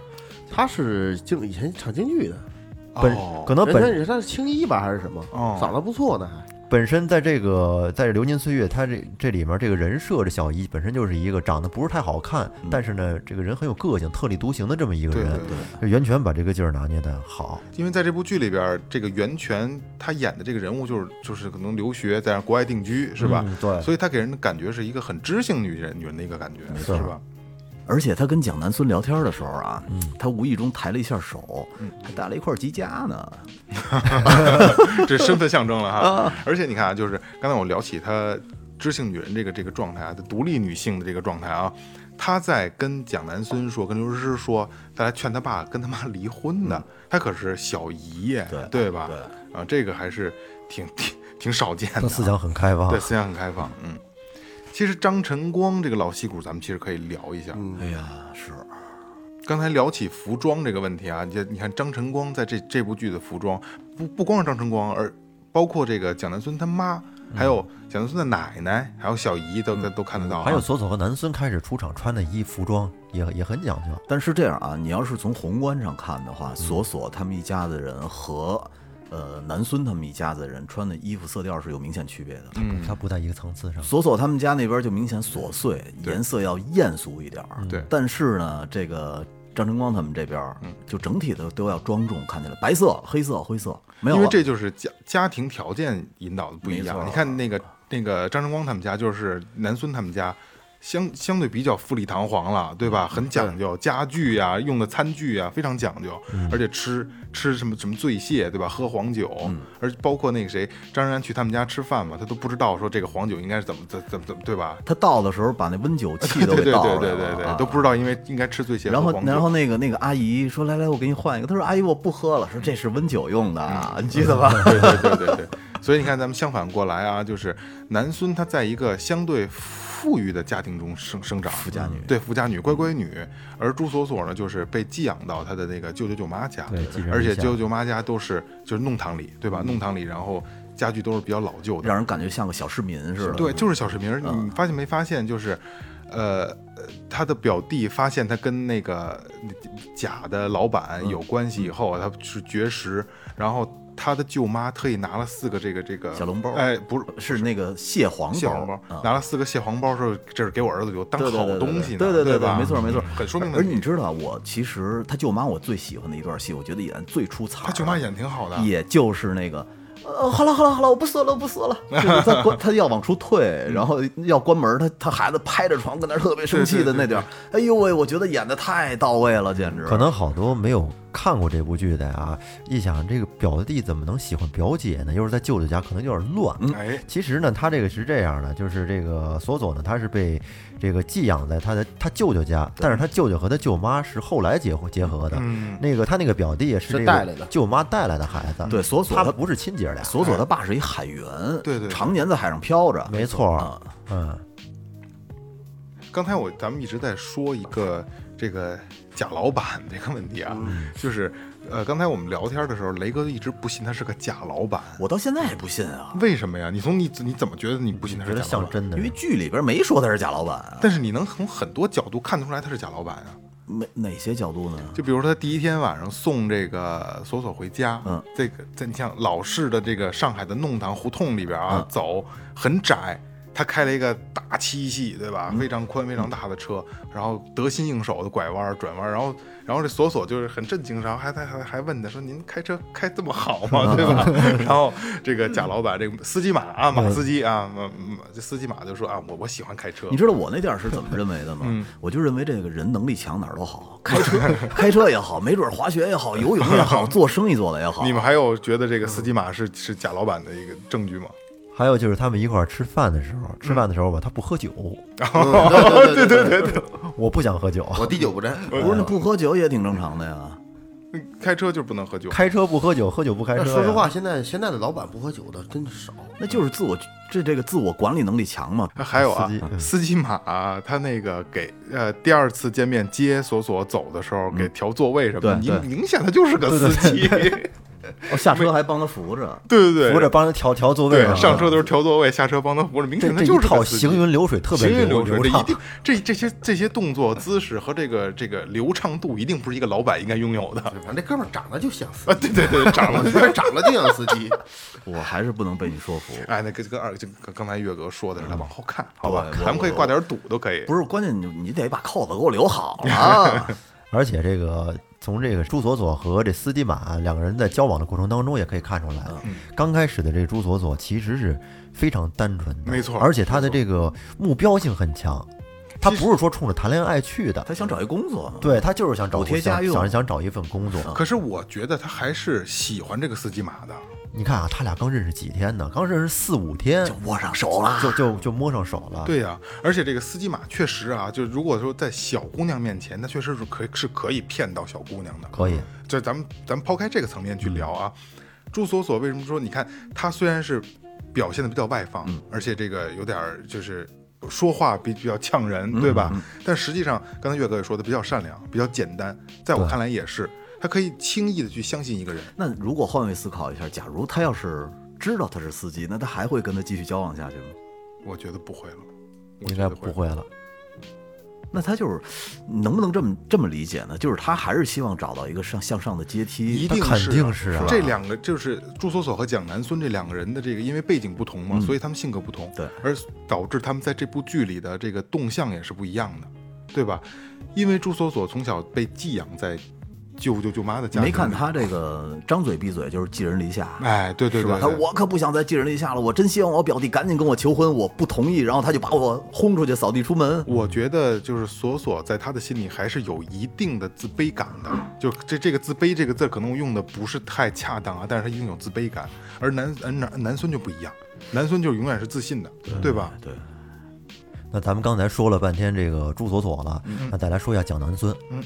Speaker 4: 他是京以前唱京剧的，
Speaker 2: 本
Speaker 3: 哦
Speaker 2: 可能
Speaker 4: 人家
Speaker 2: 本
Speaker 4: 也是他是青衣吧还是什么
Speaker 3: 哦，
Speaker 4: 长得不错呢还。
Speaker 2: 本身在这个在《流金岁月》它这这里面这个人设，这小一本身就是一个长得不是太好看，但是呢，这个人很有个性、特立独行的这么一个
Speaker 3: 嗯对
Speaker 2: 人
Speaker 3: 对，对，
Speaker 2: 这袁泉把这个劲儿拿捏的好，
Speaker 3: 因为在这部剧里边儿，这个袁泉他演的这个人物就是就是可能留学在国外定居是吧？
Speaker 2: 嗯对
Speaker 3: 所以他给人的感觉是一个很知性女人女人的一个感觉，是
Speaker 2: 错
Speaker 3: 吧？
Speaker 5: 而且他跟蒋南孙聊天的时候啊，
Speaker 3: 嗯
Speaker 5: 他无意中抬了一下手，还带了一块吉家呢。
Speaker 3: 这是身份象征了哈。而且你看啊，就是刚才我聊起她知性女人这个这个状态啊，独立女性的这个状态啊，她在跟蒋南孙说，跟刘诗诗说，她来劝她爸跟她妈离婚的，她可是小姨耶，
Speaker 5: 对
Speaker 3: 对吧？
Speaker 5: 对
Speaker 3: 啊，这个还是挺挺挺少见
Speaker 2: 他
Speaker 3: 的，啊
Speaker 2: 思想很啊开放
Speaker 3: 对，，思想很开放，嗯。其实张晨光这个老戏骨，咱们其实可以聊一下。
Speaker 5: 哎呀，是
Speaker 3: 刚才聊起服装这个问题啊，你你看张晨光在这这部剧的服装，不不光是张晨光，而包括这个蒋南孙他妈，还有蒋南孙的奶奶，还有小姨都、都都看得到
Speaker 2: 嗯
Speaker 3: 啊、
Speaker 2: 还有索索和南孙开始出场穿的衣服装也也很讲究，
Speaker 5: 但是这样啊，你要是从宏观上看的
Speaker 3: 嗯
Speaker 5: 话，索索他们一家子人和呃南孙他们一家子人穿的衣服色调是有明显区别的。
Speaker 3: 嗯，
Speaker 2: 他不在一个层次上。
Speaker 5: 索索他们家那边就明显琐碎，颜色要艳俗一点儿。
Speaker 3: 嗯对嗯
Speaker 5: 但是呢，这个张晨光他们这边儿就整体的都要庄重，看起来白色、黑色、灰色，没有
Speaker 3: 因为
Speaker 5: 了
Speaker 3: 这就是家家庭条件引导的不一
Speaker 5: 没
Speaker 3: 样。
Speaker 5: 错
Speaker 3: 你看那个那个张晨光他们家，就是南孙他们家。相相对比较富丽堂皇了，对
Speaker 5: 嗯
Speaker 3: 吧？很讲究家具呀、用的餐具呀、非常讲究，
Speaker 5: 嗯
Speaker 3: 而且吃吃什么什么醉蟹，对吧？喝黄酒，
Speaker 5: 嗯
Speaker 3: 而包括那个谁张然然去他们家吃饭嘛，他都不知道说这个黄酒应该是怎么怎怎怎么对吧？
Speaker 5: 他倒的时候把那温酒
Speaker 3: 对
Speaker 5: 气 都
Speaker 3: 对
Speaker 5: 给
Speaker 3: 对
Speaker 5: 倒了
Speaker 3: 对对对
Speaker 5: 啊
Speaker 3: 对，都不知道因为应该吃醉蟹
Speaker 5: 然
Speaker 3: 喝
Speaker 5: 后
Speaker 3: 黄，酒。
Speaker 5: 然后那个那个阿姨说：“来来，我给你换一个。”她说：“阿姨，我不喝了。”说：“这是温酒用的啊，
Speaker 3: 嗯
Speaker 5: 你记得吧
Speaker 3: 对对对对对，所以你看，咱们相反过来啊，就是男孙他在一个相对富裕的家庭中生生长，富
Speaker 5: 家女
Speaker 3: 对富家女乖乖女，而朱锁锁呢，就是被寄养到她的那个舅舅舅妈家，
Speaker 2: 对寄人篱
Speaker 3: 而且
Speaker 2: 下
Speaker 3: 舅舅舅妈家都是就是弄堂里，对吧？弄堂里，然后家具都是比较老旧？”的，
Speaker 5: 让人感觉像个小市民似的。嗯
Speaker 3: 对，就是小市民儿。你发现没发现？就是，呃，呃他的表弟发现他跟那个假的老板
Speaker 5: 嗯
Speaker 3: 有关系以后啊，他是绝食，然后他的舅妈特意拿了四个这个这个
Speaker 5: 小笼包
Speaker 3: 哎，不是。
Speaker 5: 是那个蟹黄
Speaker 3: 蟹黄包、
Speaker 5: 啊
Speaker 3: 拿了四个蟹黄包，说这是给我儿子留当
Speaker 5: 对对
Speaker 3: 好
Speaker 5: 对对
Speaker 3: 东西呢，
Speaker 5: 对对对
Speaker 3: 吧？
Speaker 5: 没错没错，
Speaker 3: 很说明
Speaker 5: 嗯而
Speaker 3: 问
Speaker 5: 你
Speaker 3: 题。
Speaker 5: 知道，我其实他舅妈我最喜欢的一段戏，我觉得演得最出彩儿的。
Speaker 3: 他舅妈演得挺好的，
Speaker 5: 也就是那个，呃，好了好了好了，我不说了我不说了，就是他关他要往出退，
Speaker 3: 嗯
Speaker 5: 然后要关门，他他孩子拍着床跟那儿特别生气的那点儿，哎呦喂，我觉得演的太到位了，简直。
Speaker 2: 可能好多没有看过这部剧的啊，一想这个表弟怎么能喜欢表姐呢？又是在舅舅家，可能有点乱。
Speaker 3: 哎，
Speaker 2: 其实呢，他这个是这样的，就是这个索索呢，他是被这个寄养在他的他舅舅家，但是他舅舅和他舅妈是后来结婚结合的。
Speaker 3: 嗯，
Speaker 2: 那个他那个表弟是
Speaker 4: 是
Speaker 2: 这
Speaker 4: 带来
Speaker 2: 个
Speaker 4: 的
Speaker 2: 舅妈带来的孩子，
Speaker 5: 对索索
Speaker 2: 他
Speaker 5: 他
Speaker 2: 不是亲姐儿俩，
Speaker 5: 索索他爸是一海员，
Speaker 3: 对对对
Speaker 5: 常年在海上漂着，
Speaker 2: 没错
Speaker 5: 啊
Speaker 2: 儿，嗯，
Speaker 3: 刚才我咱们一直在说一个这个假老板这个问题啊，
Speaker 2: 嗯
Speaker 3: 就是呃，刚才我们聊天的时候，雷哥一直不信他是个假老板，
Speaker 5: 我到现在也不信啊，
Speaker 4: 嗯
Speaker 3: 为什么呀？你从你你怎么觉得你不信他
Speaker 2: 觉
Speaker 3: 是
Speaker 2: 得
Speaker 3: 假
Speaker 2: 像
Speaker 3: 老板？
Speaker 2: 真的
Speaker 5: 因为
Speaker 2: 人，
Speaker 5: 剧里边没说他是假老板啊，
Speaker 3: 但是你能从很多角度看得出来他是假老板啊，
Speaker 5: 没哪些角度呢？
Speaker 3: 就比如说他第一天晚上送这个索索回家，
Speaker 5: 嗯，
Speaker 3: 这个在你像老式的这个上海的弄堂胡同里边
Speaker 5: 嗯
Speaker 3: 啊，走很窄，他开了一个大七系，对吧？
Speaker 5: 嗯
Speaker 3: 非常宽、非常大的车，然后得心应手的拐弯转弯，然后然后这索索就是很震惊，然后还还还还问他说：“您开车开这么好吗？对
Speaker 5: 嗯
Speaker 3: 吧？” 然后这个贾老板这个司机马啊，马司机啊，马马这司机马就说啊，我我喜欢开车
Speaker 5: 你，知道我那点儿是怎么认为的吗？
Speaker 4: 嗯
Speaker 5: 我就认为这个人能力强哪儿都 好，开车 开车也好，没准儿滑雪也好，游泳 也好，做生意做的也好。
Speaker 3: 你们还有觉得
Speaker 5: 嗯
Speaker 3: 这个司机马是是贾老板的一个证据吗？
Speaker 2: 还有就是他们一块儿吃饭的时候，吃饭的时候吧，他不喝酒，
Speaker 4: 嗯 对对对对对，
Speaker 2: 我不想喝酒，
Speaker 4: 我滴酒不沾。
Speaker 5: 不是那不喝酒也挺正常的呀。
Speaker 3: 开车就是不能喝酒。
Speaker 2: 开车不喝酒，喝酒不开车
Speaker 4: 但
Speaker 2: 呀。
Speaker 4: 说实话，现在现在的老板不喝酒的真少。
Speaker 5: 那就是自我这这个自我管理能力强嘛。
Speaker 4: 哎
Speaker 3: 还有啊
Speaker 2: 司机，嗯
Speaker 3: 司机马、他那个给呃第二次见面
Speaker 2: 嗯
Speaker 3: 接索索走的时候，给调座位什么的，
Speaker 5: 对
Speaker 3: 明明显他就是个司机。
Speaker 5: 哦下车还帮他扶着，
Speaker 3: 对对对，
Speaker 2: 扶着帮人调调座位
Speaker 3: 对
Speaker 2: 啊，
Speaker 3: 上车都是调座位，下车帮他扶着，明
Speaker 2: 这
Speaker 3: 显他
Speaker 2: 这
Speaker 3: 就
Speaker 2: 一
Speaker 3: 是
Speaker 2: 套
Speaker 3: 个司机
Speaker 2: 行云流水，特别
Speaker 3: 行云流
Speaker 2: 流
Speaker 3: 这一
Speaker 2: 畅
Speaker 3: 定这这些这些动作姿势和这个这个流畅度，一定不是一个老板应该拥有的啊！
Speaker 4: 反正这哥们儿长得就像司 机，
Speaker 3: 对对对，长
Speaker 4: 我
Speaker 3: 了。
Speaker 4: 觉得长得就像司机。
Speaker 5: 我还是不能被你说服。
Speaker 3: 哎，那跟跟二就跟刚才岳哥说的
Speaker 2: 嗯
Speaker 3: 似的，往后看，好吧，
Speaker 5: 对我
Speaker 3: 咱们可以挂点赌都可以。
Speaker 5: 不是，关键你你得把扣子给我留好 了啊。
Speaker 2: 而且这个从这个朱锁锁和这司机马两个人在交往的过程当中，也可以看出来
Speaker 3: 嗯
Speaker 2: 啊，刚开始的这朱锁锁其实是非常单纯的，
Speaker 3: 没错
Speaker 2: 而且他的这个目标性很强，他不是说冲着谈恋爱去的，
Speaker 5: 他想找一工作，
Speaker 2: 对他就是想找
Speaker 5: 补贴家
Speaker 2: 想
Speaker 5: 用
Speaker 2: 想想找一份工作。
Speaker 3: 可是我觉得他还是喜欢这个司机马的，
Speaker 2: 你看啊，他俩刚认识几天呢？刚认识四五天
Speaker 5: 就握上手了。
Speaker 2: 就就就摸上手了，
Speaker 3: 对呀、啊而且这个司机马确实啊，就如果说在小姑娘面前，他确实是可以是可以骗到小姑娘的。
Speaker 2: 可以，
Speaker 3: 就咱们咱们抛开这个层面
Speaker 2: 嗯
Speaker 3: 去聊啊，朱锁锁为什么说你看她虽然是表现的比较外放，
Speaker 2: 嗯
Speaker 3: 而且这个有点儿就是说话比比较呛人，
Speaker 2: 嗯
Speaker 3: 对吧？但实际上刚才岳哥也说的比较善良，比较简单，在我看来也是，他可以轻易的去相信一个人。
Speaker 5: 那如果换位思考一下，假如他要是知道他是司机，那他还会跟他继续交往下去吗？
Speaker 3: 我觉得不会了，我
Speaker 2: 应
Speaker 3: 觉
Speaker 2: 该
Speaker 3: 得
Speaker 2: 不。会了。
Speaker 5: 那他就是能不能这么这么理解呢？就是他还是希望找到一个上向上的阶
Speaker 3: 一
Speaker 5: 梯。
Speaker 3: 定
Speaker 2: 肯
Speaker 3: 是
Speaker 2: 定是啊
Speaker 3: 这两个就是朱锁锁和蒋南孙这两个人的这个，因为背景不同嘛，所以他们性格不同，
Speaker 5: 嗯对，
Speaker 3: 而导致他们在这部剧里的这个动向也是不一样的，对吧？因为朱锁锁从小被寄养在舅舅舅妈的家里，
Speaker 5: 没看，他这个张嘴闭嘴就是寄人篱下，
Speaker 3: 哎，对对
Speaker 5: 是吧
Speaker 3: 对，？
Speaker 5: 他
Speaker 3: 对
Speaker 5: 我可不想再寄人篱下了，我真希望我表弟赶紧跟我求婚，我不同意，然后他就把我轰出去，扫地出门。
Speaker 3: 我觉得就是锁锁在他的心里还是有一定的自卑感的，就这这个自卑这个字儿可能用的不是太恰当啊，但是他一定有自卑感，而南而南南孙就不一样，南孙就永远是自信的，对吧？
Speaker 5: 对，
Speaker 2: 那咱们刚才说了半天这个朱锁锁了，那再来说一下蒋南孙。
Speaker 3: 嗯，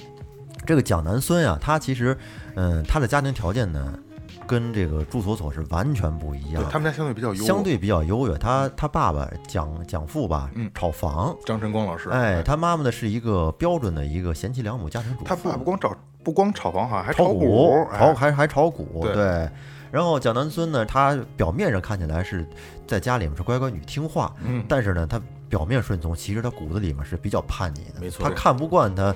Speaker 2: 这个蒋南孙呀，他其实，嗯，他的家庭条件呢，跟这个朱锁锁是完全不一样
Speaker 3: 对，，他们家相对比较优渥，
Speaker 2: 相对比较优越。他他爸爸蒋蒋父吧
Speaker 3: 嗯，
Speaker 2: 炒房，
Speaker 3: 张晨光老师，
Speaker 2: 哎，他妈妈呢是一个标准的一个贤妻良母家庭主妇，
Speaker 3: 他爸不光炒不光炒房，好像还
Speaker 2: 炒
Speaker 3: 股，
Speaker 2: 炒
Speaker 3: 哎
Speaker 2: 还还炒股，
Speaker 3: 对
Speaker 2: 对。然后蒋南孙呢，他表面上看起来是在家里面是乖乖女听话，
Speaker 3: 嗯
Speaker 2: 但是呢，他表面顺从，其实他骨子里面是比较叛逆的。
Speaker 5: 没错
Speaker 2: 他看不惯他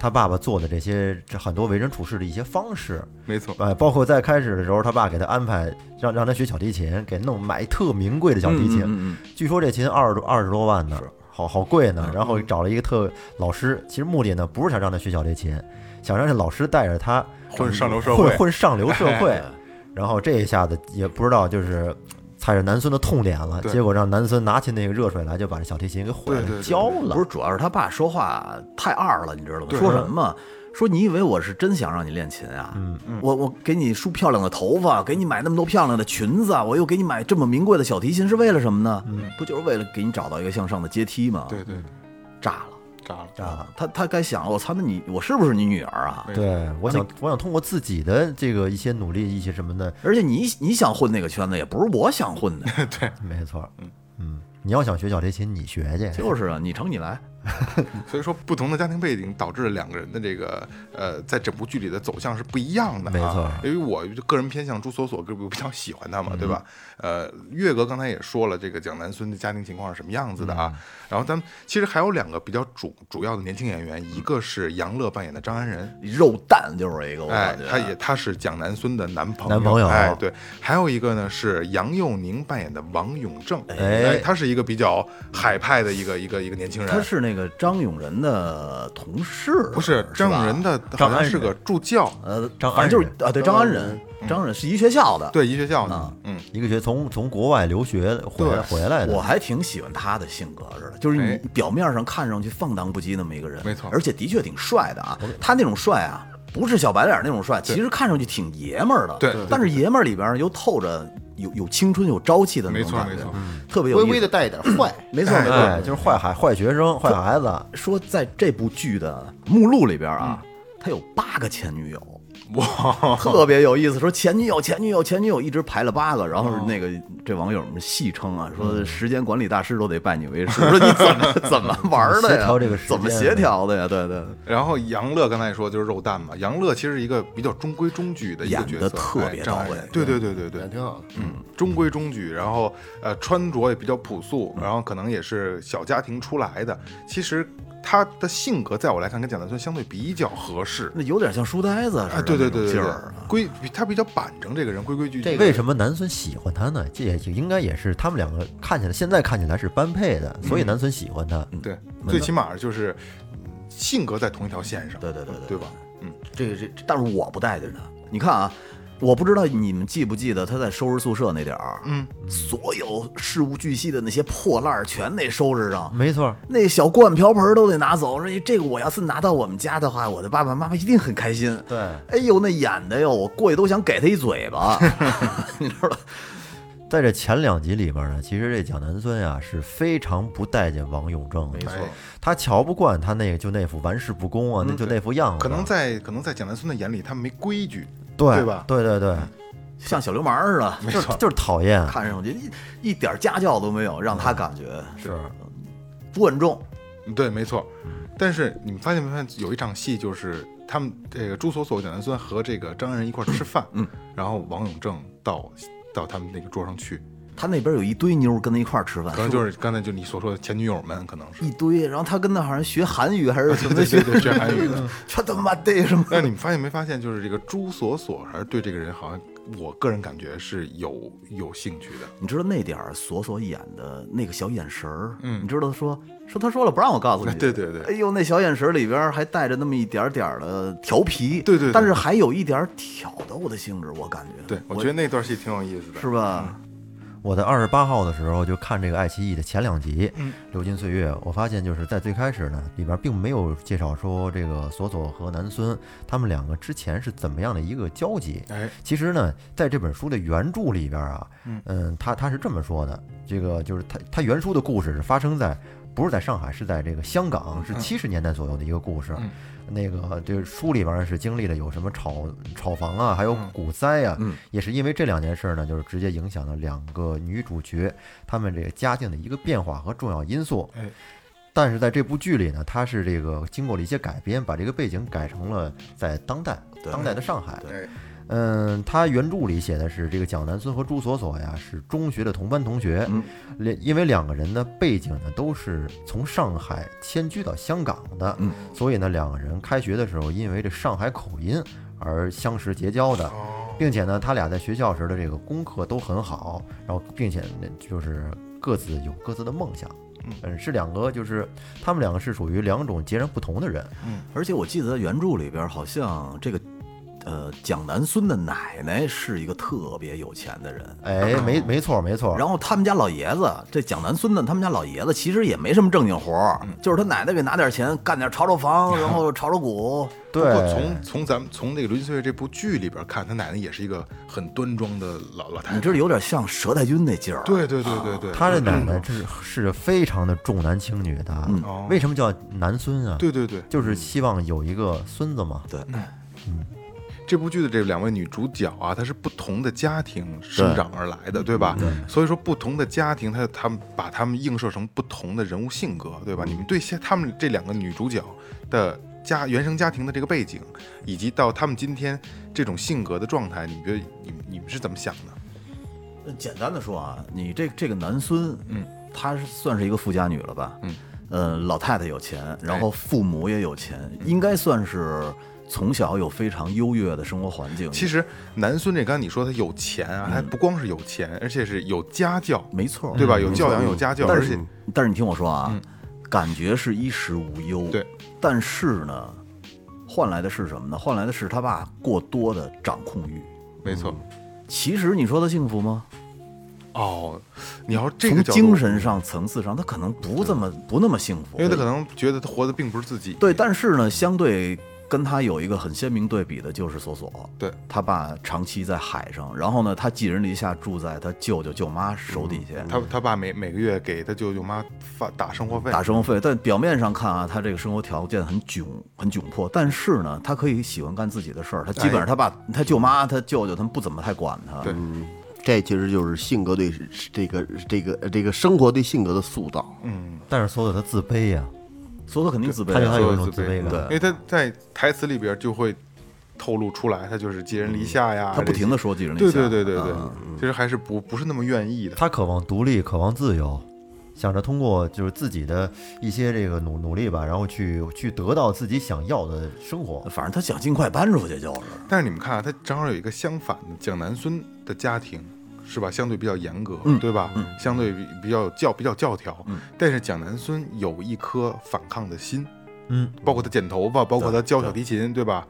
Speaker 2: 他爸爸做的这些这很多为人处事的一些方式，
Speaker 3: 没错，
Speaker 2: 呃，包括在开始的时候，他爸给他安排让让他学小提琴，给弄买一特名贵的小提琴，
Speaker 5: 嗯嗯
Speaker 2: 据说这琴二十多二十多万呢，好好贵呢。然后找了一个特老师，其实目的呢不是想让他学小提琴，想让这老师带着他
Speaker 3: 混上流社
Speaker 2: 混
Speaker 3: 会，
Speaker 2: 混上流社会
Speaker 5: 哎。
Speaker 2: 然后这一下子也不知道就是踩着南孙的痛点了，
Speaker 3: 对
Speaker 2: 结果让南孙拿起那个热水来就把这小提琴给毁
Speaker 3: 对对
Speaker 2: 了，
Speaker 3: 对
Speaker 2: 浇
Speaker 5: 嗯
Speaker 2: 了
Speaker 5: 不。是，主要是他爸说话太二了，你知道吗？
Speaker 3: 对
Speaker 5: 说什么？说你以为我是真想让你练琴啊？嗯，我我给你梳漂亮的头发，给你买那么多漂亮的裙子，我又给你买这么名贵的小提琴，是为了什么呢？不就是为了给你找到一个向上的阶梯吗？
Speaker 3: 嗯对，对，
Speaker 5: 炸了。
Speaker 3: 炸了，嗯
Speaker 2: 啊，
Speaker 5: 他他该想，哦我操，那你我是不是你女儿啊？
Speaker 2: 对，我想我想通过自己的这个一些努力，一些什么的，
Speaker 5: 而且你你想混那个圈子，也不是我想 混的，
Speaker 2: 没错。嗯，你要想学小提琴，你学去。
Speaker 5: 就是啊，你成你来，
Speaker 3: 所以说不同的家庭背景导致了两个人的这个呃，在整部剧里的走向是不一样的、啊，
Speaker 2: 没错
Speaker 3: 因为我就个人偏向朱锁锁，个我比较喜欢他嘛，对吧？
Speaker 2: 嗯
Speaker 3: 呃，岳哥刚才也说了，这个蒋南孙的家庭情况是什么样子的啊？
Speaker 2: 嗯
Speaker 3: 然后咱们其实还有两个比较主主要的年轻演员，一个是杨乐扮演的张安仁，
Speaker 5: 肉蛋就是一个，我
Speaker 3: 哎
Speaker 5: 感觉，
Speaker 3: 他也他是蒋南孙的男朋友，
Speaker 2: 男朋友
Speaker 3: 哎，对，还有一个呢是杨佑宁扮演的王永正，
Speaker 2: 哎
Speaker 3: 他是一个比较海派的一个一个一个年轻人，
Speaker 5: 他是那个张永仁的同事，
Speaker 3: 不是张永仁
Speaker 5: 吧？
Speaker 3: 的，好
Speaker 2: 张安
Speaker 3: 像
Speaker 2: 仁
Speaker 3: 是个助教，
Speaker 5: 呃，
Speaker 2: 张
Speaker 5: 反正就是
Speaker 2: 安
Speaker 5: 啊，对，
Speaker 4: 张
Speaker 5: 张
Speaker 4: 安
Speaker 5: 安仁，张安仁是一学校的，，
Speaker 3: 嗯对，一学校的
Speaker 5: 啊，
Speaker 3: 嗯，
Speaker 2: 一个学从从国外留学回
Speaker 3: 对
Speaker 2: 回来的，
Speaker 5: 我还挺喜欢他的性格似的，就是
Speaker 3: 哎
Speaker 5: 你表面上看上去放荡不羁那么一个人，
Speaker 3: 没错
Speaker 5: 而且的确挺帅的啊，他那种帅啊。不是小白脸那种帅，其实看上去挺爷们儿的，
Speaker 3: 对对
Speaker 5: 但是爷们儿里边又透着有有青春、有朝气的那
Speaker 3: 没
Speaker 5: 种
Speaker 3: 错
Speaker 5: 感觉，
Speaker 3: 没错
Speaker 5: 特别有
Speaker 4: 微
Speaker 5: 意思
Speaker 4: 微的带一点坏，
Speaker 5: 没错没错，
Speaker 3: 哎
Speaker 2: 哎，就是坏孩坏学生、坏孩子，
Speaker 3: 嗯
Speaker 5: 说在这部剧的目录里边啊，他有八个前女友，
Speaker 3: 哇，
Speaker 5: 特别有意思，说前女友、前女友、前女友一直排了八个，然后那个这网友们戏称啊，说时间管理大师都得拜你为师， 说你怎么怎么玩的呀？
Speaker 2: 协调这个时间
Speaker 5: 怎么协调的呀？对对，
Speaker 3: 然后杨乐刚才也说就是肉蛋嘛，杨乐其实是一个比较中规中矩的一个
Speaker 5: 演
Speaker 3: 角
Speaker 5: 得
Speaker 3: 色，
Speaker 5: 特
Speaker 3: 哎
Speaker 5: 别
Speaker 3: 张
Speaker 5: 到
Speaker 3: 爱
Speaker 5: 位
Speaker 3: 玲对对对对对
Speaker 4: 演，挺好的。
Speaker 3: 嗯，中规中矩，然后呃穿着也比较朴素，然后可能也是小家庭出来的。其实他的性格在我来看跟蒋南孙相对比较合适，
Speaker 5: 那有点像书呆子
Speaker 3: 啊，
Speaker 5: 似的
Speaker 3: 对对
Speaker 5: 那种
Speaker 3: 对
Speaker 5: 劲
Speaker 3: 对
Speaker 5: 儿啊，
Speaker 3: 对，规比他比较板正，这个人规规矩矩。
Speaker 2: 为什么南孙喜欢他呢？这也就应该也是他们两个看起来现在看起来是般配的，所以
Speaker 3: 嗯
Speaker 2: 南孙喜欢他。
Speaker 3: 对，最起码就是嗯性格在同一条线上，
Speaker 5: 对对对啊
Speaker 3: 对
Speaker 5: 对
Speaker 3: 吧？嗯，
Speaker 5: 这个这，但是我不待见他。你看啊，我不知道你们记不记得他在收拾宿舍那点儿，嗯，所有事无巨细的那些破烂儿全得收拾上，
Speaker 2: 没错，
Speaker 5: 那小锅碗瓢盆都得拿走。这这个我要是拿到我们家的话，我的爸爸妈妈一定很开心。
Speaker 2: 对
Speaker 5: 哎呦，那演的哟，我过去都想给他一嘴巴， 你知道吧？
Speaker 2: 在这前两集里边呢，其实这蒋南孙呀、是非常不待见王永正的，没
Speaker 3: 哎
Speaker 2: 他瞧不惯他那个就那副玩世不恭啊，那就那副样子，
Speaker 3: 嗯可能在可能在蒋南孙的眼里，他没规矩，
Speaker 2: 对
Speaker 3: 对吧嗯
Speaker 2: 对对对，
Speaker 5: 像小流氓似的，
Speaker 2: 就是就是讨厌，
Speaker 5: 看上去一一点家教都没有，让他感觉
Speaker 2: 是
Speaker 5: 不稳重。
Speaker 3: 对，没错。但是你们发现没发现有一场戏，就是他们这个朱锁锁、蒋南孙和这个张安仁一块儿吃饭，嗯，然后王永正到到他们那个桌上去，
Speaker 5: 他那边有一堆妞儿跟他一块儿吃饭
Speaker 3: 可，能就是刚才就你所说的前女友们，可能是
Speaker 5: 一堆，然后他跟那好像学韩语还是什么
Speaker 3: 对
Speaker 5: 学
Speaker 3: 对对，学韩语的。
Speaker 5: 全他妈的什么？
Speaker 3: 但你们发现没发现，就是这个朱锁锁还是对这个人好像，我个人感觉是有有兴趣的。
Speaker 5: 你知道那点儿索索演的那个小眼神儿，嗯，你知道他说说他说了不让我告诉你，
Speaker 3: 对对对
Speaker 5: 哎呦那小眼神儿里边儿还带着那么一点儿点儿的调皮，
Speaker 3: 对对对
Speaker 5: 但是还有一点儿挑逗的性质，我感觉，
Speaker 3: 对，我
Speaker 5: 我
Speaker 3: 觉得嗯那段戏挺有意思的。
Speaker 5: 是吧？
Speaker 2: 我在二十八号的时候就看这个爱奇艺的前两集
Speaker 3: 嗯
Speaker 2: 《流金岁月》，我发现就是在最开始呢，里边并没有介绍说这个索索和南孙他们两个之前是怎么样的一个交集。
Speaker 3: 哎，
Speaker 2: 其实呢，在这本书的原著里边啊，嗯，他他是这么说的，这个就是他他原书的故事是发生在不是在上海，是在这个香港，是七十年代左右的一个故事。那个就是书里边是经历了有什么炒炒房啊，还有股灾啊，也是因为这两件事呢，就是直接影响了两个女主角她们这个家境的一个变化和重要因素。
Speaker 3: 哎
Speaker 2: 但是在这部剧里呢，它是这个经过了一些改编，把这个背景改成了在当代
Speaker 5: 对
Speaker 2: 当代的上海。
Speaker 3: 哎，
Speaker 2: 嗯，他原著里写的是这个蒋南孙和朱锁锁呀是中学的同班同学，两因为两个人的背景呢都是从上海迁居到香港的，所以呢两个人开学的时候因为这上海口音而相识结交的，
Speaker 3: 哦
Speaker 2: 并且呢他俩在学校时的这个功课都很好，然后并且呢就是各自有各自的梦想。嗯，是两个，就是他们两个是属于两种截然不同的人。
Speaker 5: 而且我记得在原著里边儿好像这个。呃，蒋南孙的奶奶是一个特别有钱的人，
Speaker 2: 哎，没没错没
Speaker 3: 哦
Speaker 2: 错。
Speaker 5: 然后他们家老爷子，这蒋南孙子，他们家老爷子其实也没什么正经活儿，
Speaker 3: 嗯
Speaker 5: 就是他奶奶给拿点钱干点炒 炒房，然后炒炒股。
Speaker 3: 不
Speaker 2: 对，
Speaker 3: 过从从咱们从那个《流金岁月》这部剧里边看，他奶奶也是一个很端庄的老老太
Speaker 5: 你
Speaker 3: 太。
Speaker 5: 这有点像佘太君那劲儿，，啊
Speaker 3: 对对对对对，
Speaker 2: 他这奶奶是是非常的重男轻女的，
Speaker 3: 嗯
Speaker 2: 啊
Speaker 3: 哦
Speaker 2: 为什么叫男孙啊？
Speaker 3: 对嗯对对，
Speaker 2: 就是希望有一个孙子嘛。
Speaker 3: 这部剧的这两位女主角啊，她是不同的家庭生长而来的，对吧？所以说不同的家庭，她她们把她们映射成不同的人物性格，对吧？你们对现她们这两个女主角的家原生家庭的这个背景，以及到她们今天这种性格的状态，你觉得你们你们是怎么想的？
Speaker 5: 简单的说啊，你这这个南孙，嗯，她是算是一个富家女了吧？
Speaker 3: 嗯，哎
Speaker 5: 呃，老太太有钱，然后父母也有钱，应该算是从小有非常优越的生活环境。
Speaker 3: 其实南孙这刚才你说他有钱啊，他不光是有钱，而且是有家教，
Speaker 5: 没错，
Speaker 3: 对吧？有教养，有家教，而且
Speaker 5: 嗯但是你听嗯我说啊，感觉是衣食无忧，
Speaker 3: 对，
Speaker 5: 但是呢，换来的是什么呢？换来的是他爸过多的掌控欲。
Speaker 3: 没错。
Speaker 5: 其实你说他幸福吗？
Speaker 3: 哦，你要是这个
Speaker 5: 从
Speaker 3: 角度
Speaker 5: 精，神上层次上，他可能不这么不那么幸福，
Speaker 3: 因为他可能觉得他活的并不是自己，
Speaker 5: 对，但是呢，相对跟他有一个很鲜明对比的就是索索，
Speaker 3: 对，
Speaker 5: 他爸长期在海上，然后呢，他寄人篱下住在他舅舅舅妈手底下，
Speaker 3: 他他爸每每个月给他舅舅妈发打生活费，
Speaker 5: 打生活费。但表面上看啊，他这个生活条件很窘很窘迫，但是呢，他可以喜欢干自己的事儿。他基本上他爸、他舅妈、他舅舅他们不怎么太管他。
Speaker 3: 哎对
Speaker 4: 这其实就是性格对这个这个这个生活对性格的塑造。
Speaker 3: 嗯
Speaker 2: 但是索索他自卑啊呀、
Speaker 5: 索索肯定自卑
Speaker 2: 他就
Speaker 5: 啊，
Speaker 2: 他有一种
Speaker 3: 自
Speaker 2: 自
Speaker 3: 卑
Speaker 2: 卑感。
Speaker 3: 因为他在台词里边就会透露出来，他就是寄人篱下呀，
Speaker 5: 嗯他不停的说寄人啊篱
Speaker 3: 这
Speaker 5: 下。嗯
Speaker 3: 些，对对对对对，其实还是不不是那么愿意的，
Speaker 2: 他渴望独立，渴望自由，想着通过就是自己的一些这个努努力吧，然后去去得到自己想要的生
Speaker 3: 嗯
Speaker 2: 活。
Speaker 5: 反正他想尽快搬出去就是。
Speaker 3: 但是你们看啊，他正好有一个相反的蒋南孙的家庭，是吧？相对比较严格，对吧？相对比比较有教比较教条，但是蒋南孙有一颗反抗的心，
Speaker 2: 嗯，
Speaker 3: 包括他剪头发，包括他教小提琴，对吧？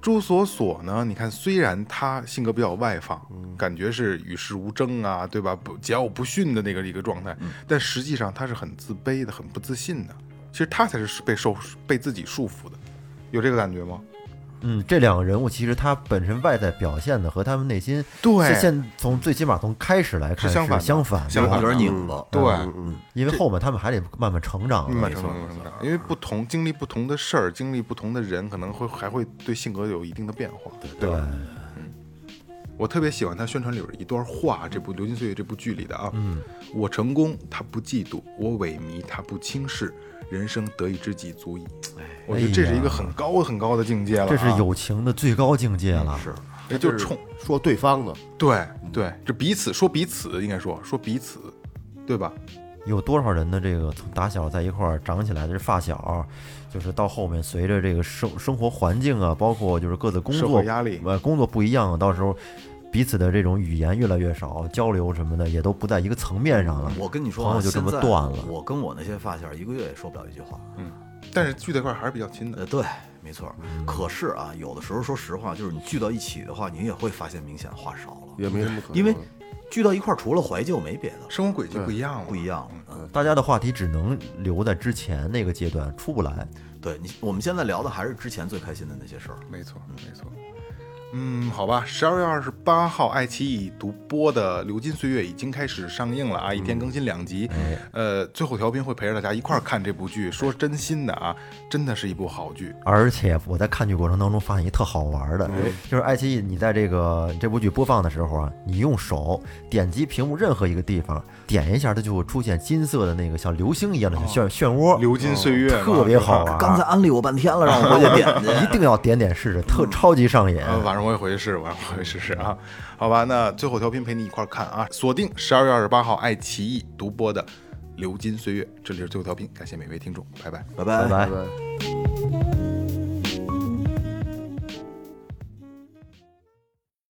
Speaker 3: 朱锁锁呢？你看，虽然他性格比较外放，感觉是与世无争啊，对吧？不桀骜不驯的那个一个状态，但实际上他是很自卑的，很不自信的。其实他才是被受被自己束缚的，有这个感觉吗？
Speaker 2: 嗯，这两个人物其实他本身外在表现的和他们内心
Speaker 3: 对
Speaker 2: 是现从最起码从开始来看
Speaker 3: 是相反的
Speaker 2: 相反的，啊
Speaker 3: 相反
Speaker 5: 有点拧巴。
Speaker 3: 对，
Speaker 2: 因为后面他们还得慢慢成长
Speaker 3: 嗯明白
Speaker 2: 嘛。
Speaker 3: 成长明白成长，因为不同经历不同的事儿，经历不同的人，可能会还会对性格有一定的变化，对吧？嗯，我特别喜欢他宣传里边一段话，这部《流金岁月》这部剧里的啊，嗯，我成功他不嫉妒，我萎靡他不轻视，人生得一知己足矣。我觉得这是一个很高很高的境界了、啊，
Speaker 2: 这是友情的最高境界了。是，
Speaker 3: 是，嗯就冲
Speaker 4: 说对方的，
Speaker 3: 对对，这彼此说彼此，应该说说彼此，对吧？
Speaker 2: 有多少人的这个从打小在一块儿长起来的发小，就是到后面随着这个生生活环境啊，包括就是各自工
Speaker 3: 社
Speaker 2: 作
Speaker 3: 会压力
Speaker 2: 呃，工作不一样，到时候彼此的这种语言越来越少，交流什么的也都不在一个层面上了。
Speaker 5: 我跟你说啊，
Speaker 2: 朋友就这么
Speaker 5: 现在
Speaker 2: 断了。
Speaker 5: 我跟我那些发小一个月也说不了一句话。
Speaker 3: 但是聚在一块儿还是比较亲的，
Speaker 5: 呃，对，没错。
Speaker 2: 嗯
Speaker 5: 可是啊，有的时候说实话，就是你聚到一起的话，你也会发现明显话少
Speaker 3: 嗯
Speaker 5: 了，
Speaker 4: 也没什么可
Speaker 5: 因为聚到一块儿除了怀旧没别的了，
Speaker 3: 生活轨迹不一样了，
Speaker 5: 不一样了。嗯，
Speaker 2: 大家的话题只能留在之前那个阶段，出不来。
Speaker 5: 对你，我们现在聊的还是之前最开心的那些事儿。
Speaker 3: 没错，没错。嗯，好吧，十二月二十八号，爱奇艺独播的《流金岁月》已经开始上映
Speaker 2: 嗯
Speaker 3: 了啊，一天更新两集。
Speaker 2: 哎
Speaker 3: 呃，最后调频会陪着大家一块儿看这部剧。说真心的啊，真的是一部好剧。
Speaker 2: 而且我在看剧过程当中发现一特好玩的，就是爱奇艺，你在这个这部剧播放的时候啊，你用手点击屏幕任何一个地方，点一下，它就会出现金色的那个像流星一样的小漩漩
Speaker 3: 《
Speaker 2: 涡，
Speaker 3: 流啊金岁月》
Speaker 2: 哦特别好玩。
Speaker 5: 刚才安利我半天了，让我回去 点去。
Speaker 2: 一定要点点试试，特超级上瘾。
Speaker 3: 啊，晚上我也回去试，晚上我回去试试啊。 好吧，那最后调频陪你一块儿看啊，锁定十二月二十八号爱奇艺独播的《流金岁月》，这里是最后调频，感谢每位听众，拜拜。
Speaker 5: 拜
Speaker 2: 拜
Speaker 5: 拜。
Speaker 2: 拜。
Speaker 4: 能。